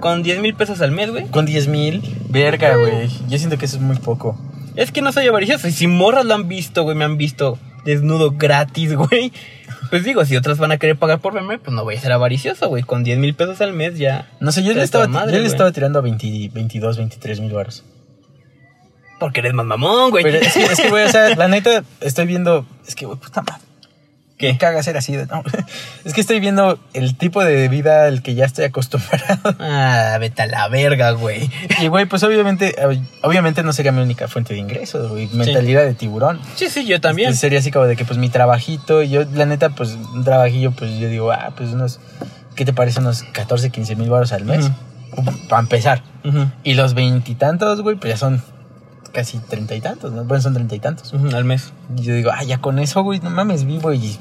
con 10 mil pesos al mes, güey. Con 10 mil, verga, güey. Yo siento que eso es muy poco. Es que no soy avaricioso. Y si morras lo han visto, güey, me han visto desnudo gratis, *laughs* güey. Pues digo, si otras van a querer pagar por verme, pues no voy a ser avaricioso, güey. Con 10 mil pesos al mes ya. No sé, yo le Está estaba, de madre, yo le güey. estaba tirando a 20 22, 23 mil baros. Porque eres más mamón, güey. Pero es que, es que, güey, o sea, la neta, estoy viendo. Es que, güey, puta madre. *laughs* ¿Qué? Me caga ser así. de- no. *laughs* Es que estoy viendo el tipo de vida al que ya estoy *laughs* acostumbrado. Ah, vete a la verga, güey. Y, güey, pues obviamente, ob- obviamente no sería mi única fuente de ingresos, güey. Mentalidad de tiburón. Sí, sí, yo también. Este, sería así como de que, pues, mi trabajito. y Yo, la neta, pues, un trabajillo, pues, yo digo, ah, pues, unos. ¿Qué te parece? Unos 14, 15 mil baros al mes. Para empezar. Ujú. Y los veintitantos, güey, pues ya son casi treinta y tantos, ¿no? Bueno, son treinta y tantos. Ujú, Al mes. Y yo digo, ah, ya con eso, güey, no mames, vivo y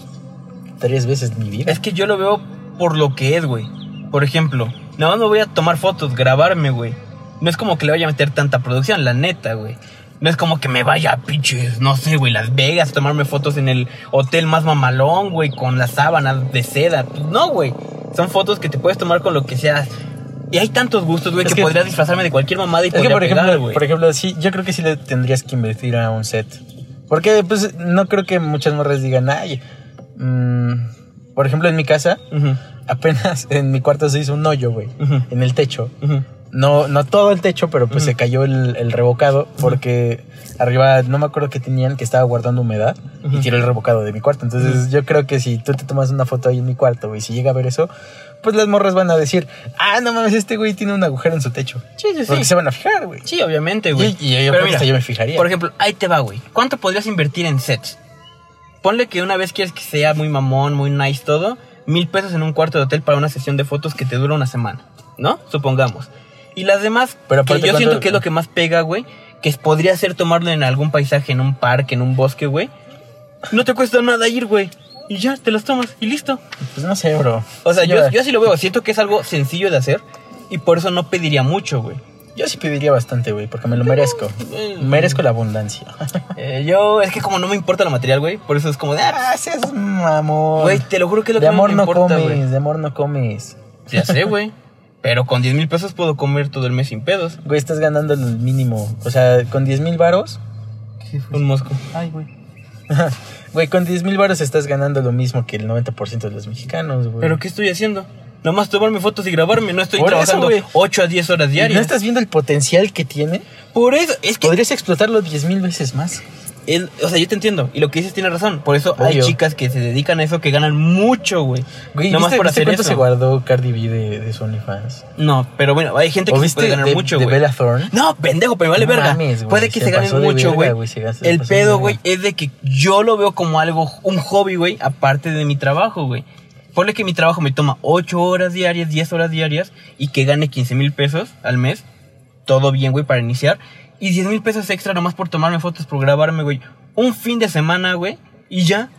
tres veces mi vida. Es que yo lo veo por lo que es, güey. Por ejemplo, nada más me voy a tomar fotos, grabarme, güey. No es como que le vaya a meter tanta producción, la neta, güey. No es como que me vaya a pinches, no sé, güey, Las Vegas, a tomarme fotos en el hotel más mamalón, güey, con las sábanas de seda. Pues no, güey. Son fotos que te puedes tomar con lo que seas. Y hay tantos gustos, güey, Es que, que- podrías disfrazarme de cualquier mamada y Es que, podría por pegar, ejemplo, güey. por ejemplo, sí, yo creo que sí le tendrías que invertir a un set. Porque, pues, no creo que muchas morras digan, ay, mm, por ejemplo, en mi casa, Ujú, apenas en mi cuarto se hizo un hoyo, güey, Ujú. en el techo. ujú. No, no todo el techo, pero pues Ujú. se cayó el, el revocado porque arriba no me acuerdo que tenían que estaba guardando humedad Ujú. y tiró el revocado de mi cuarto. Entonces yo creo que si tú te tomas una foto ahí en mi cuarto güey, y si llega a ver eso, pues las morras van a decir, ah, no mames, este güey tiene un agujero en su techo. Sí, sí, Porque sí. se van a fijar, güey. Sí, obviamente, Y, güey. y yo, creo Pero que mira, hasta yo me fijaría. Por ejemplo, ahí te va, güey. ¿Cuánto podrías invertir en sets? Ponle que una vez quieres que sea muy mamón, muy nice todo, mil pesos en un cuarto de hotel para una sesión de fotos que te dura una semana, ¿no? Supongamos. Y las demás, Pero que aparte, yo ¿cuánto- siento que es lo que más pega, güey, que podría ser tomarlo en algún paisaje, en un parque, en un bosque, güey. No te cuesta nada ir, güey. Y ya, te las tomas y listo. pues no sé, bro. O sea, Sí, yo, va. yo sí lo veo. Siento que es algo sencillo de hacer y por eso no pediría mucho, güey. yo sí pediría bastante, güey, porque me lo merezco. eh, Merezco la *laughs* abundancia. Eh, yo, es que como no me importa lo material, güey, por eso es como de, ah, ah, seas mamón. Güey, te lo juro que es lo de que más amor me no importa, comes, güey. de amor no comes. *laughs* Ya sé, güey. Pero con 10 mil pesos puedo comer todo el mes sin pedos. Güey, estás ganando el mínimo. O sea, con 10 mil varos. Un mosco. pues. Ay, güey. Güey, con 10 mil varos estás ganando lo mismo que el 90% de los mexicanos, güey. ¿Pero qué estoy haciendo? Nomás tomarme fotos y grabarme. No estoy Por eso, trabajando güey. 8 a 10 horas ¿Y diarias. ¿No estás viendo el potencial que tiene? Por eso, es que. Podrías explotarlo 10 mil veces más. es- o sea, yo te entiendo. Y lo que dices tiene razón. Por eso hay Obvio. chicas que se dedican a eso que ganan mucho, güey. Güey, Nomás ¿viste, por viste hacer cuánto eso. se guardó Cardi B de, de su OnlyFans? No, pero bueno, hay gente que ¿O se viste puede ganar de, mucho, de güey. Bella Thorne? No, pendejo, pero vale No verga. mames, güey, Puede que se se, ganen pasó de mucho, verga, güey. güey, se gasta- se El pasó de pedo, verga. güey, es de que yo lo veo como algo, un hobby, güey, aparte de mi trabajo, güey. Ponle que mi trabajo me toma 8 horas diarias, 10 horas diarias, y que gane 15 mil pesos al mes. Todo bien, güey, para iniciar. Y 10 mil pesos extra nomás por tomarme fotos, por grabarme, güey. Un fin de semana, güey, y ya.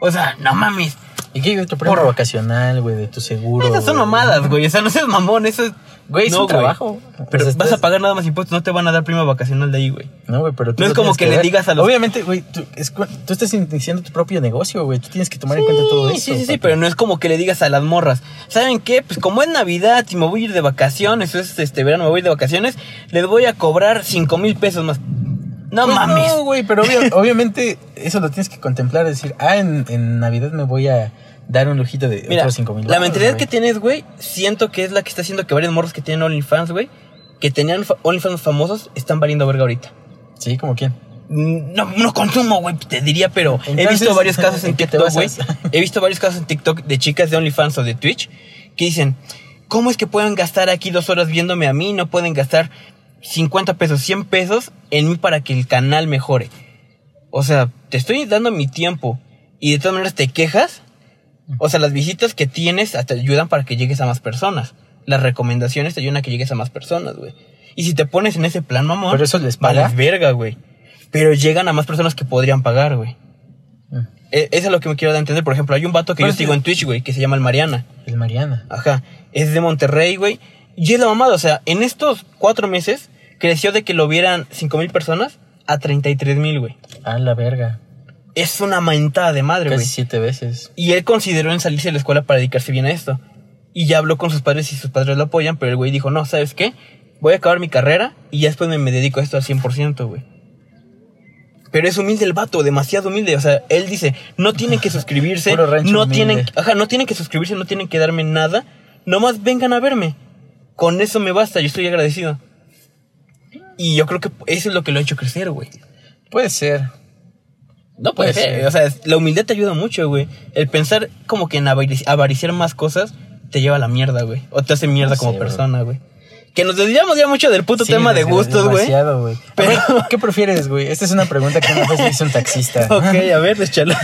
O sea, no mames. ¿Y qué? Tu premio Por- vacacional, güey, de tu seguro. Esas son güey. mamadas, güey. O sea, no seas mamón, eso es. Güey, es no, un trabajo. Pero O sea, vas a estás- pagar nada más impuestos, no te van a dar prima vacacional de ahí, güey. No, güey, pero tú No es lo como tienes que le ver. digas a los- Obviamente, güey, tú, es cu- tú estás iniciando tu propio negocio, güey. Tú tienes que tomar en cuenta todo eso. Sí, sí, sí, papi. pero no es como que le digas a las morras, ¿saben qué? Pues como es Navidad y me voy a ir de vacaciones, es este verano me voy a ir de vacaciones, les voy a cobrar 5 mil pesos más. No Pues mames. No, güey, pero *laughs* obvio- obviamente eso lo tienes que contemplar. es Decir, ah, en, en Navidad me voy a dar un lujito de Mira, otros 5 mil la mentalidad que tienes, güey, siento que es la que está haciendo que varios morros que tienen OnlyFans, güey, que tenían fa- OnlyFans famosos, están valiendo verga ahorita. Sí, como quién. Mm, No, no consumo, güey, te diría, pero he Entonces, visto varios casos en ¿en qué te TikTok, güey. basas? He visto varios casos en TikTok de chicas de OnlyFans o de Twitch que dicen, ¿cómo es que pueden gastar aquí dos horas viéndome a mí? No pueden gastar 50 pesos, 100 pesos en mí para que el canal mejore. O sea, te estoy dando mi tiempo y de todas maneras te quejas. O sea, las visitas que tienes te ayudan para que llegues a más personas. Las recomendaciones te ayudan a que llegues a más personas, güey. Y si te pones en ese plan, mamón, Pero eso les paga. vales verga, güey. Pero llegan a más personas que podrían pagar, güey. Mm. E- Eso es lo que me quiero dar a entender. Por ejemplo, hay un vato que yo Pero sí. sigo en Twitch, güey, que se llama el Mariana. El Mariana. Ajá. Es de Monterrey, güey. Y es la mamada. O sea, en estos cuatro meses creció de que lo vieran 5 mil personas a 33 mil, güey. A Ah, la verga. Es una mentada de madre, Casi güey. siete veces. Y él consideró en salirse de la escuela para dedicarse bien a esto. Y ya habló con sus padres y sus padres lo apoyan, pero el güey dijo, no, ¿sabes qué? Voy a acabar mi carrera y ya después me, me dedico a esto al 100%, güey. Pero es humilde el vato, demasiado humilde. O sea, él dice, no tienen *laughs* que suscribirse, Puro rancho no humilde. tienen, ajá, no tienen que suscribirse, no tienen que darme nada. Nomás vengan a verme. Con eso me basta, yo estoy agradecido. Y yo creo que eso es lo que lo ha hecho crecer, güey. Puede ser. No puede Pues, ser. sí. O sea, es- la humildad te ayuda mucho, güey. El pensar como que en avarici- avariciar más cosas te lleva a la mierda, güey. O te hace mierda Ah, Sí, como güey. persona, güey. Que nos desviamos ya mucho del puto Sí, tema de demasiado- gustos, güey. demasiado, güey. Pero- A ver, ¿Qué prefieres, güey? Esta es una pregunta que una vez le hizo un taxista. *laughs* *laughs* Ok, a ver, *laughs* deschalo.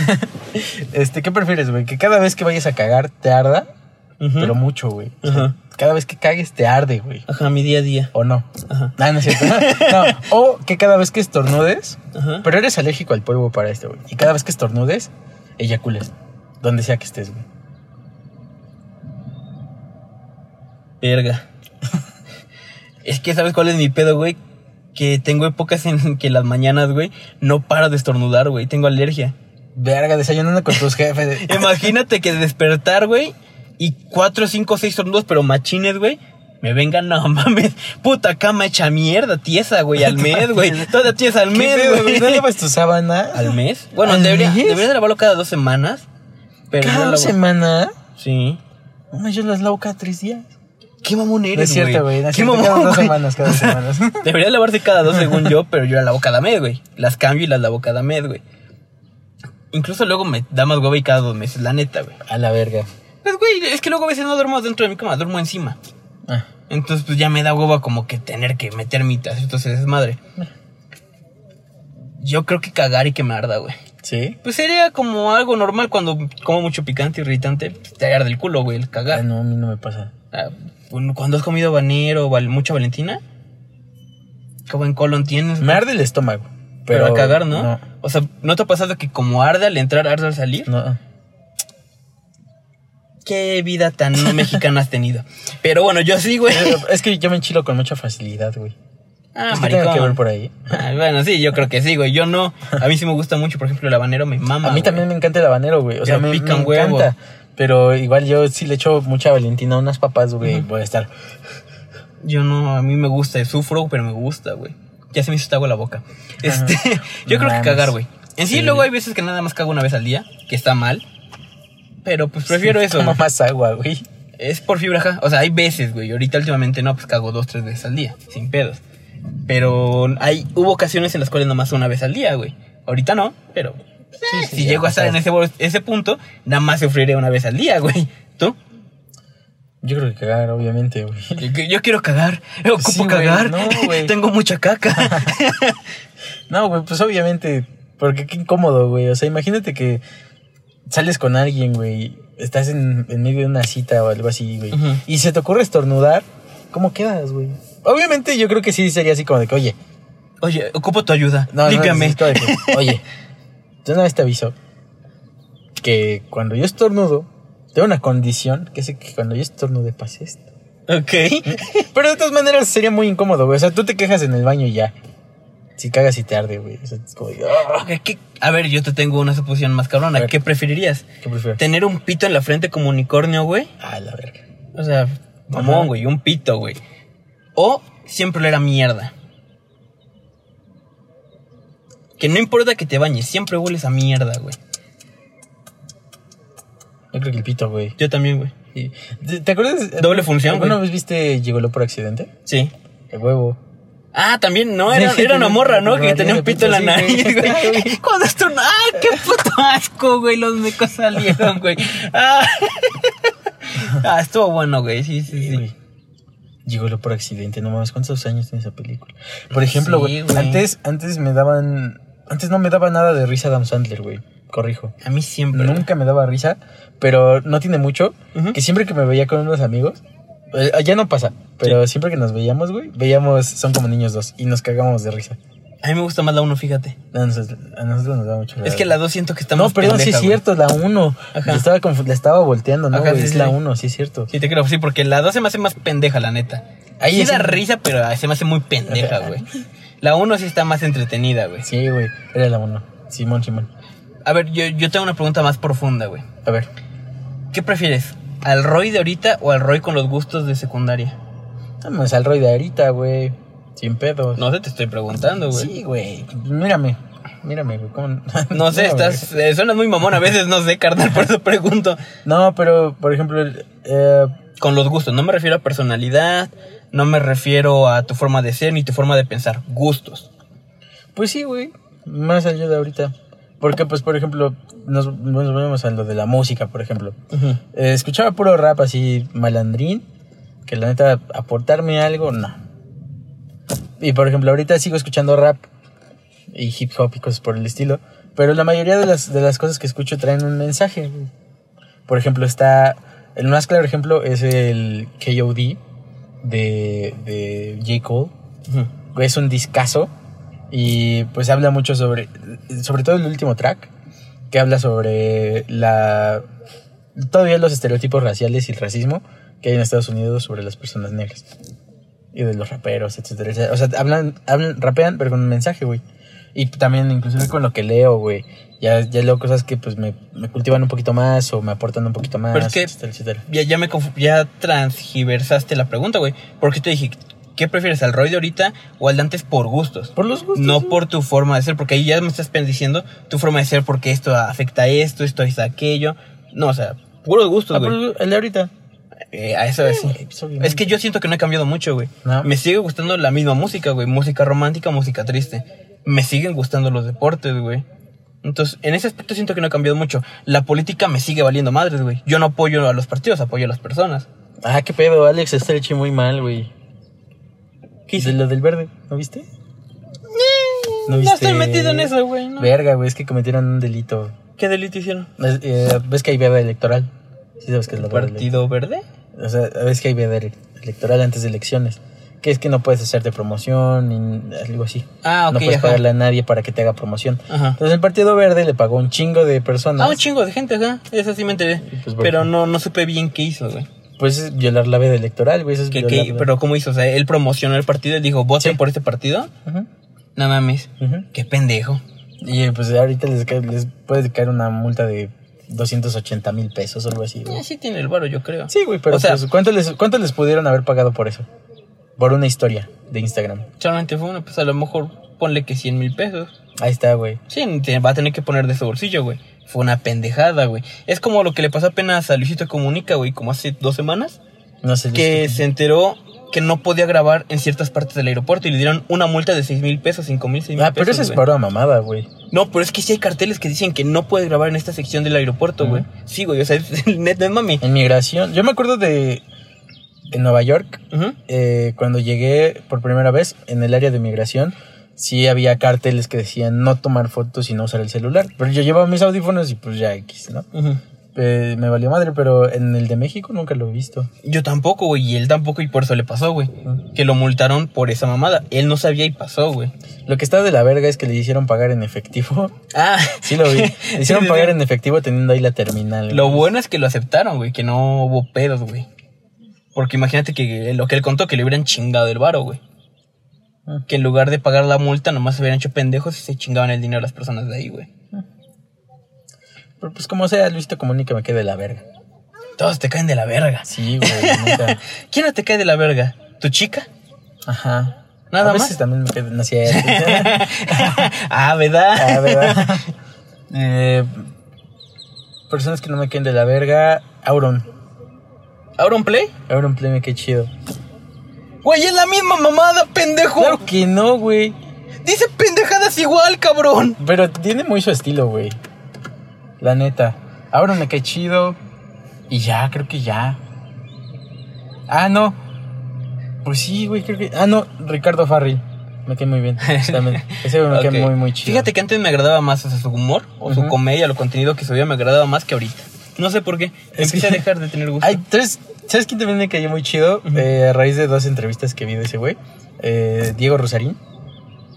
Este, ¿qué prefieres, güey? Que cada vez que vayas a cagar te arda, Ujú. pero mucho, güey. Ajá. Cada vez que cagues te arde, güey. Ajá, mi día a día. ¿O no? Ajá. Ah, no es cierto. *laughs* No, O que cada vez que estornudes, Ajá. pero eres alérgico al polvo para esto, güey. Y cada vez que estornudes, eyacules. Donde sea que estés, güey. Verga. *laughs* es que, ¿sabes cuál es mi pedo, güey? Que tengo épocas en que las mañanas, güey, no paro de estornudar, güey. Tengo alergia. Verga, desayunando con tus *laughs* jefes. Imagínate que despertar, güey, y cuatro, cinco, seis tornudos, pero machines, güey. Me vengan, no mames. Puta cama hecha mierda, tiesa, güey, al mes, güey. Toda tiesa al ¿Qué mes, pedo, güey. ¿No llevas tu sábana? ¿Al mes? Bueno, ¿Al debería, mes? debería lavarlo cada dos semanas. Pero ¿Cada no dos lavo- semana? Sí. No, yo las lavo cada tres días. ¿Qué mamón eres, No es cierto, güey. No es ¿Qué cierto, mamón, cada dos güey? semanas, *laughs* cada dos semanas. Debería lavarse cada dos según yo, pero yo la lavo cada mes, güey. Las cambio y las lavo cada mes, güey. Incluso luego me da más hueva y cada dos meses, la neta, güey. A la verga. Pues, güey, es que luego a veces no duermo dentro de mi cama, duermo encima. Ah, Entonces, pues ya me da hueva como que tener que meter mitas. Entonces, es madre. Yo creo que cagar y que me arda, güey. ¿Sí? Pues sería como algo normal cuando como mucho picante, irritante. pues, te arde el culo, güey, el Ah, cagar. no, a mí no me pasa. Ah, bueno, cuando has comido banero o val- mucha valentina, qué buen colon tienes. Me arde el estómago. Pero, Pero, a cagar, ¿no? No. O sea, ¿no te ha pasado que como arde al entrar, arde al salir? no. ¿Qué vida tan no mexicana has tenido? Pero bueno, yo *laughs* sí, güey. Pero Es que yo me enchilo con mucha facilidad, güey. Ah, es que tengo que maricón. ver por ahí. Ah, bueno, sí, yo creo que sí, güey. Yo no. A mí sí me gusta mucho, por ejemplo, el habanero me mama. A mí güey. también me encanta el habanero, güey. O sea, Pero me, pica me un huevo. encanta. Pero igual yo sí le echo mucha Valentina a unas papas, güey. Ujú. Voy a estar. Yo no, a mí me gusta, sufro, pero me gusta, güey. Ya se me hizo agua la boca. Este, *laughs* yo creo que Mames. cagar, güey. En sí, Sí. luego hay veces que nada más cago una vez al día, que está mal. Pero pues prefiero eso. Toma güey. más agua, güey. Es por fibra, ajá. O sea, hay veces, güey. Ahorita últimamente no, pues cago dos, tres veces al día, sin pedos. Pero hay, hubo ocasiones en las cuales nomás una vez al día, güey. Ahorita no, pero eh, Sí, sí, si ya llego a estar en pasaste. ese, bol- ese punto, nada más sufriré una vez al día, güey. ¿Tú? Yo creo que cagar, obviamente, güey. Yo, yo quiero cagar, ocupo Sí, güey, cagar, no, güey. *laughs* tengo *laughs* mucha caca. No, güey, pues obviamente. Porque qué incómodo, güey. O sea, imagínate que sales con alguien, güey. Estás en, en medio de una cita o algo así, güey. Ujú. Y se te ocurre estornudar. ¿Cómo quedas, güey? Obviamente yo creo que sí sería así como de que, oye, Oye, ocupo tu ayuda, No, no, límpiame. necesito de que- oye, yo una vez te aviso que cuando yo estornudo, tengo una condición que es que cuando yo estornude pase esto. ok. Pero de todas maneras sería muy incómodo, güey. O sea, tú te quejas en el baño y ya. Si cagas y te arde, güey. O sea, es como, de, "Ah". Ok, ¿qué- A ver, yo te tengo una suposición más cabrona. A ver. ¿Qué preferirías? ¿qué prefiero? ¿Tener un pito en la frente como unicornio, güey? Ah, la verga. O sea, Ajá. mamón, güey, un pito, güey. O siempre oler a mierda. Que no importa que te bañes, siempre hueles a mierda, güey. Yo creo que el pito, güey. Yo también, güey. Sí. ¿Te, te acuerdas? Doble función, ¿Alguna güey. vez viste Llegó por accidente? Sí. El huevo. Ah, también, no, *laughs* era, Sí, era una tenía- morra, ¿no? tenía Que tenía un pito en la pito, sí, nariz, güey. *laughs* güey. *laughs* Cuando esto. ¡Ah, qué puto asco, güey! Los mecos salieron, güey. Ah. *laughs* Ah, estuvo bueno, güey. Sí, sí, sí. Llegó por accidente, no mames, ¿cuántos años tiene esa película? Por ejemplo, Pues Sí, güey, güey. antes, antes me daban, antes no me daba nada de risa Adam Sandler, güey, corrijo. A mí siempre. Nunca me daba risa, pero no tiene mucho, Ujú. que siempre que me veía con unos amigos, eh, ya no pasa, pero siempre que nos veíamos, güey, veíamos Son como niños dos y nos cagamos de risa. A mí me gusta más la uno, fíjate. A nosotros, a nosotros nos da mucho Es que la dos siento que está más No, perdón, sí pendeja, es güey. cierto, la 1. Ajá. La estaba, confu- la estaba volteando, ¿no? Ajá, güey? sí, es sí. la 1, sí es cierto. Sí, te creo, sí, porque la 2 se me hace más pendeja, la neta. Ahí sí es da un- risa, pero ah, se me hace muy pendeja, güey. *laughs* La 1 sí está más entretenida, güey. Sí, güey, era la 1. Simón, Simón. A ver, yo, yo tengo una pregunta más profunda, güey. A ver. ¿Qué prefieres? ¿Al Roy de ahorita o al Roy con los gustos de secundaria? Vamos al Roy de ahorita, güey. Sin pedos. No sé, te estoy preguntando, güey. sí, güey. Mírame. Mírame, güey. ¿cómo? *laughs* *laughs* No sé, güey. estás. eh, suenas muy mamón a veces, no sé, carnal, por eso pregunto. No, pero, por ejemplo, el, eh, Con los gustos, no me refiero a personalidad, no me refiero a tu forma de ser ni tu forma de pensar. Gustos. pues sí, güey. Más al yo de ahorita. Porque, pues, por ejemplo, nos, nos volvemos a lo de la música, por ejemplo. Eh, escuchaba puro rap así, malandrín. Que la neta, aportarme algo, no. Y por ejemplo, ahorita sigo escuchando rap y hip hop y cosas por el estilo. Pero la mayoría de las, de las cosas que escucho traen un mensaje. güey. Por ejemplo, está. El más claro ejemplo es el KOD de, de J. Cole. Ujú. Es un discazo. Y pues habla mucho sobre. Sobre todo el último track. Que habla sobre la. Todavía los estereotipos raciales y el racismo que hay en Estados Unidos sobre las personas negras. Y de los raperos, etcétera. etcétera. O sea, hablan, hablan, rapean, pero con un mensaje, güey. Y también inclusive con lo que leo, güey. Ya, ya leo cosas que pues me, me cultivan un poquito más o me aportan un poquito más, Pero es que- etcétera, etcétera. Ya, ya me confu- ya transgiversaste la pregunta, güey. Porque te dije, ¿qué prefieres, al Roy de ahorita o al de antes por gustos? Por los gustos. No güey. por tu forma de ser, porque ahí ya me estás diciendo tu forma de ser, porque esto afecta a esto, esto afecta a aquello. No, o sea, puros gustos, Ah, por güey. los- el de ahorita. Eh, a eso es. güey, pues, obviamente. Es que yo siento que no he cambiado mucho, güey. No. Me sigue gustando la misma música, güey. Música romántica, música triste. Me siguen gustando los deportes, güey. Entonces, en ese aspecto siento que no he cambiado mucho. La política me sigue valiendo madres, güey. Yo no apoyo a los partidos, apoyo a las personas. Ah, qué pedo, Alex Estreche muy mal, güey. ¿Qué hice? Mm, De lo del verde, ¿no viste? No, viste? estoy metido en eso, güey. no. Verga, güey, es que cometieron un delito. ¿Qué delito hicieron? Es- eh, ves que hay veda electoral. Sí sabes que es la veda ¿Partido verde? ele- O sea, ves que hay veda ele- electoral antes de elecciones. Que es que no puedes hacerte promoción, ni algo así. Ah, ok. no puedes ajá. pagarle a nadie para que te haga promoción. Ajá. Entonces el Partido Verde le pagó un chingo de personas. Ah, un chingo de gente, ajá. Eso sí me enteré. Pues, pero no, no supe bien qué hizo, güey. Pues es violar la veda electoral, güey. Eso es ¿Qué- violar qué- la- pero ¿cómo hizo? O sea, él promocionó el partido y dijo, voten Sí. por este partido. Ujú, No mames. ujú. Qué pendejo. Y eh, pues ahorita les, cae- les puede caer una multa de 280 mil pesos o algo así, güey. Eh, sí tiene el varo, yo creo. Sí, güey, pero O sea- pues, ¿cuánto, les, ¿cuánto les pudieron haber pagado por eso? Por una historia de Instagram. Solamente fue uno, pues a lo mejor ponle que 100 mil pesos. Ahí está, güey. Sí, te va a tener que poner de su bolsillo, güey. Fue una pendejada, güey. Es como lo que le pasó apenas a Luisito Comunica, güey, como hace dos semanas, No sé. que les- se enteró que no podía grabar en ciertas partes del aeropuerto y le dieron una multa de 6 mil pesos, 5 mil, 6 mil Ah, pero eso pesos, es güey. para una mamada, güey. No, pero es que sí hay carteles que dicen que no puedes grabar en esta sección del aeropuerto, güey. Ujú. Sí, güey, o sea, es, neta, es mami. En migración. Yo me acuerdo de. En Nueva York, Ujú. eh, cuando llegué por primera vez en el área de migración, sí había carteles que decían no tomar fotos y no usar el celular. Pero yo llevaba mis audífonos y pues ya X, ¿no? Ujú. Eh, me valió madre, pero en el de México nunca lo he visto. Yo tampoco, güey, y él tampoco, y por eso le pasó, güey. Que lo multaron por esa mamada. Él no sabía y pasó, güey. Lo que está de la verga es que le hicieron pagar en efectivo. *laughs* Ah, Sí *laughs* lo vi. Le hicieron Sí, sí, pagar sí. en efectivo teniendo ahí la terminal. güey. Lo bueno es que lo aceptaron, güey, que no hubo pedos, güey. Porque imagínate que lo que él contó, que le hubieran chingado el varo, güey. Ah. Que en lugar de pagar la multa, nomás se hubieran hecho pendejos y se chingaban el dinero a las personas de ahí, güey. Pero pues como sea, Luisito Comunica me quede de la verga. Todos te caen de la verga. Sí, güey, *laughs* nunca. ¿Quién no te cae de la verga? ¿Tu chica? Ajá. Nada A veces más. también me quede... No, sí, eh, *laughs* ah, ¿verdad? Ah, ¿verdad? Eh, personas que no me queden de la verga. Auron. ¿Auron Play? Auron Play me quede chido. Güey, es la misma mamada, pendejo. Claro que no, güey. Dice pendejadas igual, cabrón. Pero tiene muy su estilo, güey. La neta. Auron me quede chido. Y ya, creo que ya. Ah, no. Pues sí, güey, creo que. Ah, no. Ricardo Farrell. Me quedé muy *laughs* bien. También. Ese güey me queda Ok. muy, muy chido. Fíjate que antes me agradaba más, o sea, su humor o su Ujú. comedia, lo contenido que subía me agradaba más que ahorita. No sé por qué. Es Empecé a que- dejar de tener gusto. Hay tres. ¿Sabes quién también me cayó muy chido? Ujú. Eh, a raíz de dos entrevistas que vi de ese güey. Eh, Diego Rosarín.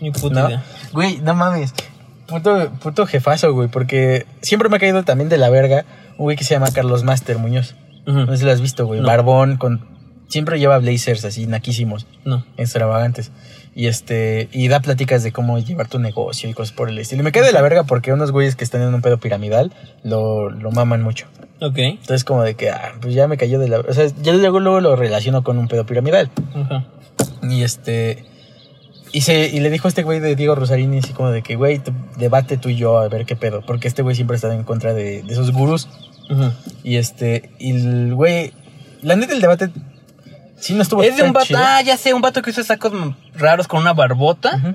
Ni puta ¿no? idea. Güey, no mames. Puto, puto jefazo, güey. Porque siempre me ha caído también de la verga un güey que se llama Carlos Master Muñoz. No sé si lo has visto, güey. No. Barbón, con. Siempre lleva blazers así, naquísimos, No. extravagantes. Y este. Y da pláticas de cómo llevar tu negocio y cosas por el estilo. Y me cae de la verga porque unos güeyes que están en un pedo piramidal lo, lo maman mucho. Ok. Entonces como de que, ah, pues ya me cayó de la... O sea, yo luego, luego lo relaciono con un pedo piramidal. Ajá. Y este... Y, se, y le dijo a este güey de Diego Rosarini así como de que, güey, tú- debate tú y yo a ver qué pedo. Porque este güey siempre está en contra de, de esos gurús. Ajá. Y este... Y el güey... La neta, el debate sí no estuvo Es de tan un vato. chido. Ah, ya sé, un vato que usa sacos m- raros con una barbota. Ujú.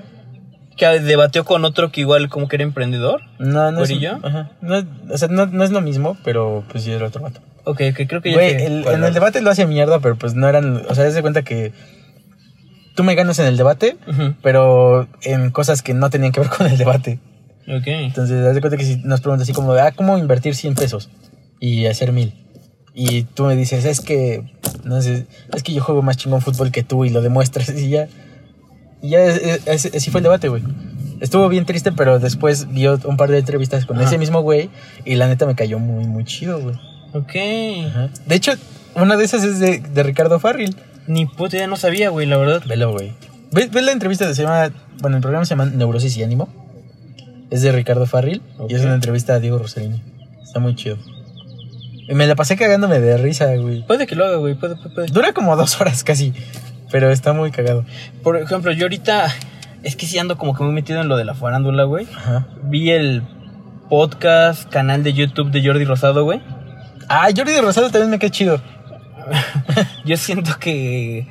Que debatió con otro que igual como que era emprendedor. No, no es... ¿Güerillo? ajá. No, o sea, no, no es lo mismo, pero pues sí es el otro vato. Ok, que creo que ya. Güey, sé el- cuál en era. el debate lo hace mierda, pero pues no eran... O sea, haz de cuenta que... Tú me ganas en el debate, Ujú. pero en cosas que no tenían que ver con el debate. Ok. Entonces, haz de cuenta que si nos preguntas así como, ah, ¿cómo invertir 100 pesos y hacer 1000? Y tú me dices, es que, no sé, es que yo juego más chingón fútbol que tú y lo demuestras *laughs* y ya. Y ya, es- es- así fue el debate, güey. Estuvo bien triste, pero después vio un par de entrevistas con Ajá. ese mismo güey y la neta me cayó muy, muy chido, güey. Ok. De hecho, una de esas es de, de Ricardo Farril. Ni puta idea, no sabía, güey, la verdad. Velo, güey. ¿Ves, ves la entrevista? Se llama. Bueno, el programa se llama Neurosis y Ánimo. Es de Ricardo Farril Ok. y es una entrevista a Diego Rossellini. Está muy chido. Y me la pasé cagándome de risa, güey. Puede que lo haga, güey. Puede, puede, puede. Dura como dos *laughs* horas casi, pero está muy cagado. Por ejemplo, yo ahorita. Es que sí ando como que muy metido en lo de la farándula, güey. Ajá. Vi el podcast, canal de YouTube de Jordi Rosado, güey. Ah, Jordi de Rosado también me queda chido. Yo siento que.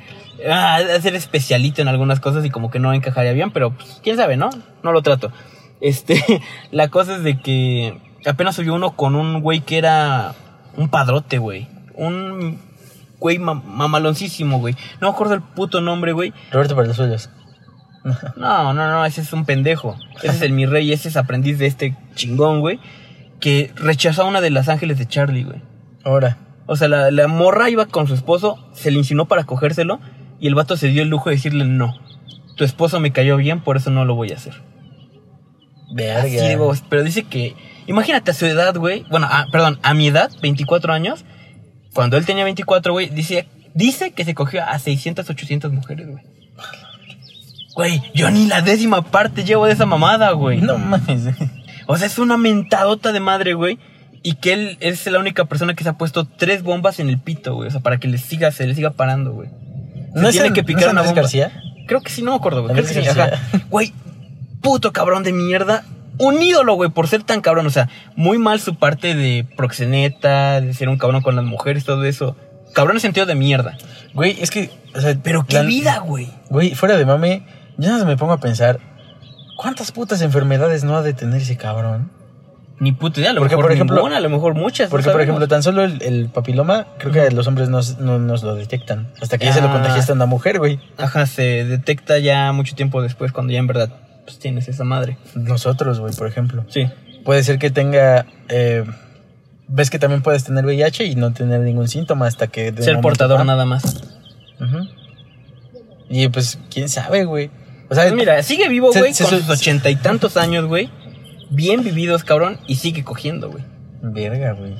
Ah, ha de ser especialito en algunas cosas y como que no encajaría bien, pero pues, quién sabe, ¿no? No lo trato. Este. *laughs* La cosa es de que. Apenas subió uno con un güey que era. Un padrote, güey. Un. Güey ma- mamaloncísimo, güey. No me acuerdo el puto nombre, güey. Roberto para los suyos. No, no, no, ese es un pendejo. Ese es el mi rey, ese es aprendiz de este chingón, güey. Que rechazó a una de las ángeles de Charlie, güey. Ahora. O sea, la, la morra iba con su esposo, se le insinuó para cogérselo y el vato se dio el lujo de decirle no. Tu esposo me cayó bien, por eso no lo voy a hacer. Verga. Así de huevos, pero dice que, imagínate a su edad, güey, bueno, ah, perdón, a mi edad, 24 años, cuando él tenía 24, güey, dice, dice que se cogió a 600, 800 mujeres, güey. Güey, yo ni la décima parte llevo de esa mamada, güey. No mames. O sea, es una mentadota de madre, güey. Y que él es la única persona que se ha puesto tres bombas en el pito, güey. O sea, para que le siga, se le siga parando, güey. Se ¿No es tiene el- que no es picar una Andrés bomba. García? Creo que sí, no me acuerdo, güey. Creo Andrés *laughs* que sí, García. ajá. Güey, puto cabrón de mierda. Un ídolo, güey, por ser tan cabrón. O sea, muy mal su parte de proxeneta, de ser un cabrón con las mujeres, todo eso. Cabrón en sentido de mierda. Güey, es que. O sea, Pero qué la- vida, güey. Güey, fuera de mame, ya nada más me pongo a pensar. ¿Cuántas putas enfermedades no ha de tener ese cabrón? Ni puta idea, a lo Porque, mejor por ejemplo- ninguna, a Pues lo mejor muchas. no Porque, por sabemos. ejemplo, tan solo el, el papiloma, creo que los hombres no, no nos lo detectan. Hasta que ya se lo Ah. contagiaste a una mujer, güey. Ajá, se detecta ya mucho tiempo después cuando ya en verdad pues, tienes esa madre. Nosotros, güey, por ejemplo. Sí. Puede ser que tenga. eh, ves que también puedes tener VIH y no tener ningún síntoma hasta que. de ser momento- portador Ah, nada más. ujú. Y pues, quién sabe, güey. O sea, Pues Mira, sigue vivo, se- güey, se- con se- sus ochenta y tantos años, güey. Bien vividos, cabrón, y sigue cogiendo, güey. Verga, güey.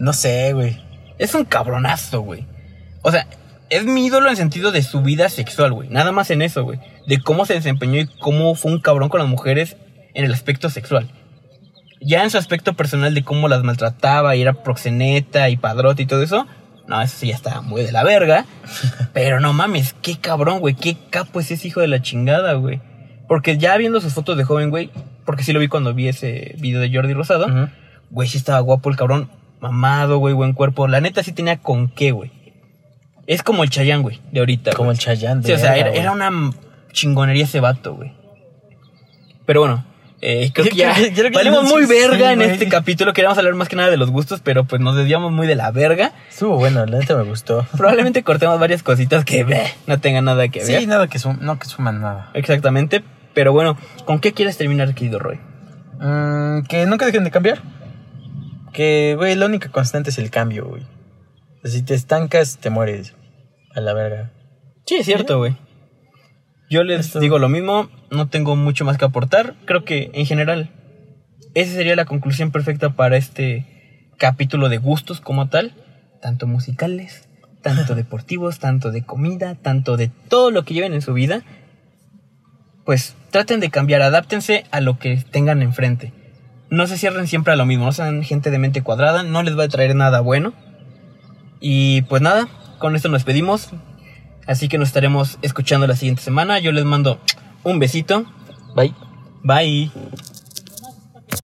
No sé, güey. Es un cabronazo, güey. O sea, es mi ídolo en sentido de su vida sexual, güey. Nada más en eso, güey. De cómo se desempeñó y cómo fue un cabrón con las mujeres en el aspecto sexual. Ya en su aspecto personal de cómo las maltrataba y era proxeneta y padrote y todo eso. No, eso sí ya estaba muy de la verga. Pero no mames, qué cabrón, güey. Qué capo es ese hijo de la chingada, güey. Porque ya viendo sus fotos de joven, güey. Porque sí lo vi cuando vi ese video de Jordi Rosado. Ujú. Güey, sí estaba guapo el cabrón. Mamado, güey, buen cuerpo. La neta sí tenía con qué, güey. Es como el Chayán, güey, de ahorita. Como güey. el Chayán. Sí, o sea, era, güey. era una m- chingonería ese vato, güey. Pero bueno, eh, creo Yo que ya creo que- *laughs* creo que valimos ya no muy sé, verga sí, en güey. este capítulo. Queríamos hablar más que nada de los gustos, pero pues nos desviamos muy de la *laughs* verga. Estuvo bueno, la neta me gustó. Probablemente cortemos varias cositas que bleh, no tengan nada que ver. Sí, nada que, sum- no que suman nada. Exactamente. Pero bueno, ¿con qué quieres terminar, querido Roy? Mm, que nunca dejen de cambiar. Que, güey, la única constante es el cambio, güey. Si te estancas, te mueres. A la verga. Sí, es cierto, güey. Yo les Esto- digo lo mismo, no tengo mucho más que aportar. Creo que en general, esa sería la conclusión perfecta para este capítulo de gustos como tal, tanto musicales, tanto *laughs* deportivos, tanto de comida, tanto de todo lo que lleven en su vida. Pues traten de cambiar, adáptense a lo que tengan enfrente. No se cierren siempre a lo mismo, no sean gente de mente cuadrada, no les va a traer nada bueno. Y pues nada, con esto nos despedimos. Así que nos estaremos escuchando la siguiente semana. Yo les mando un besito. Bye. Bye.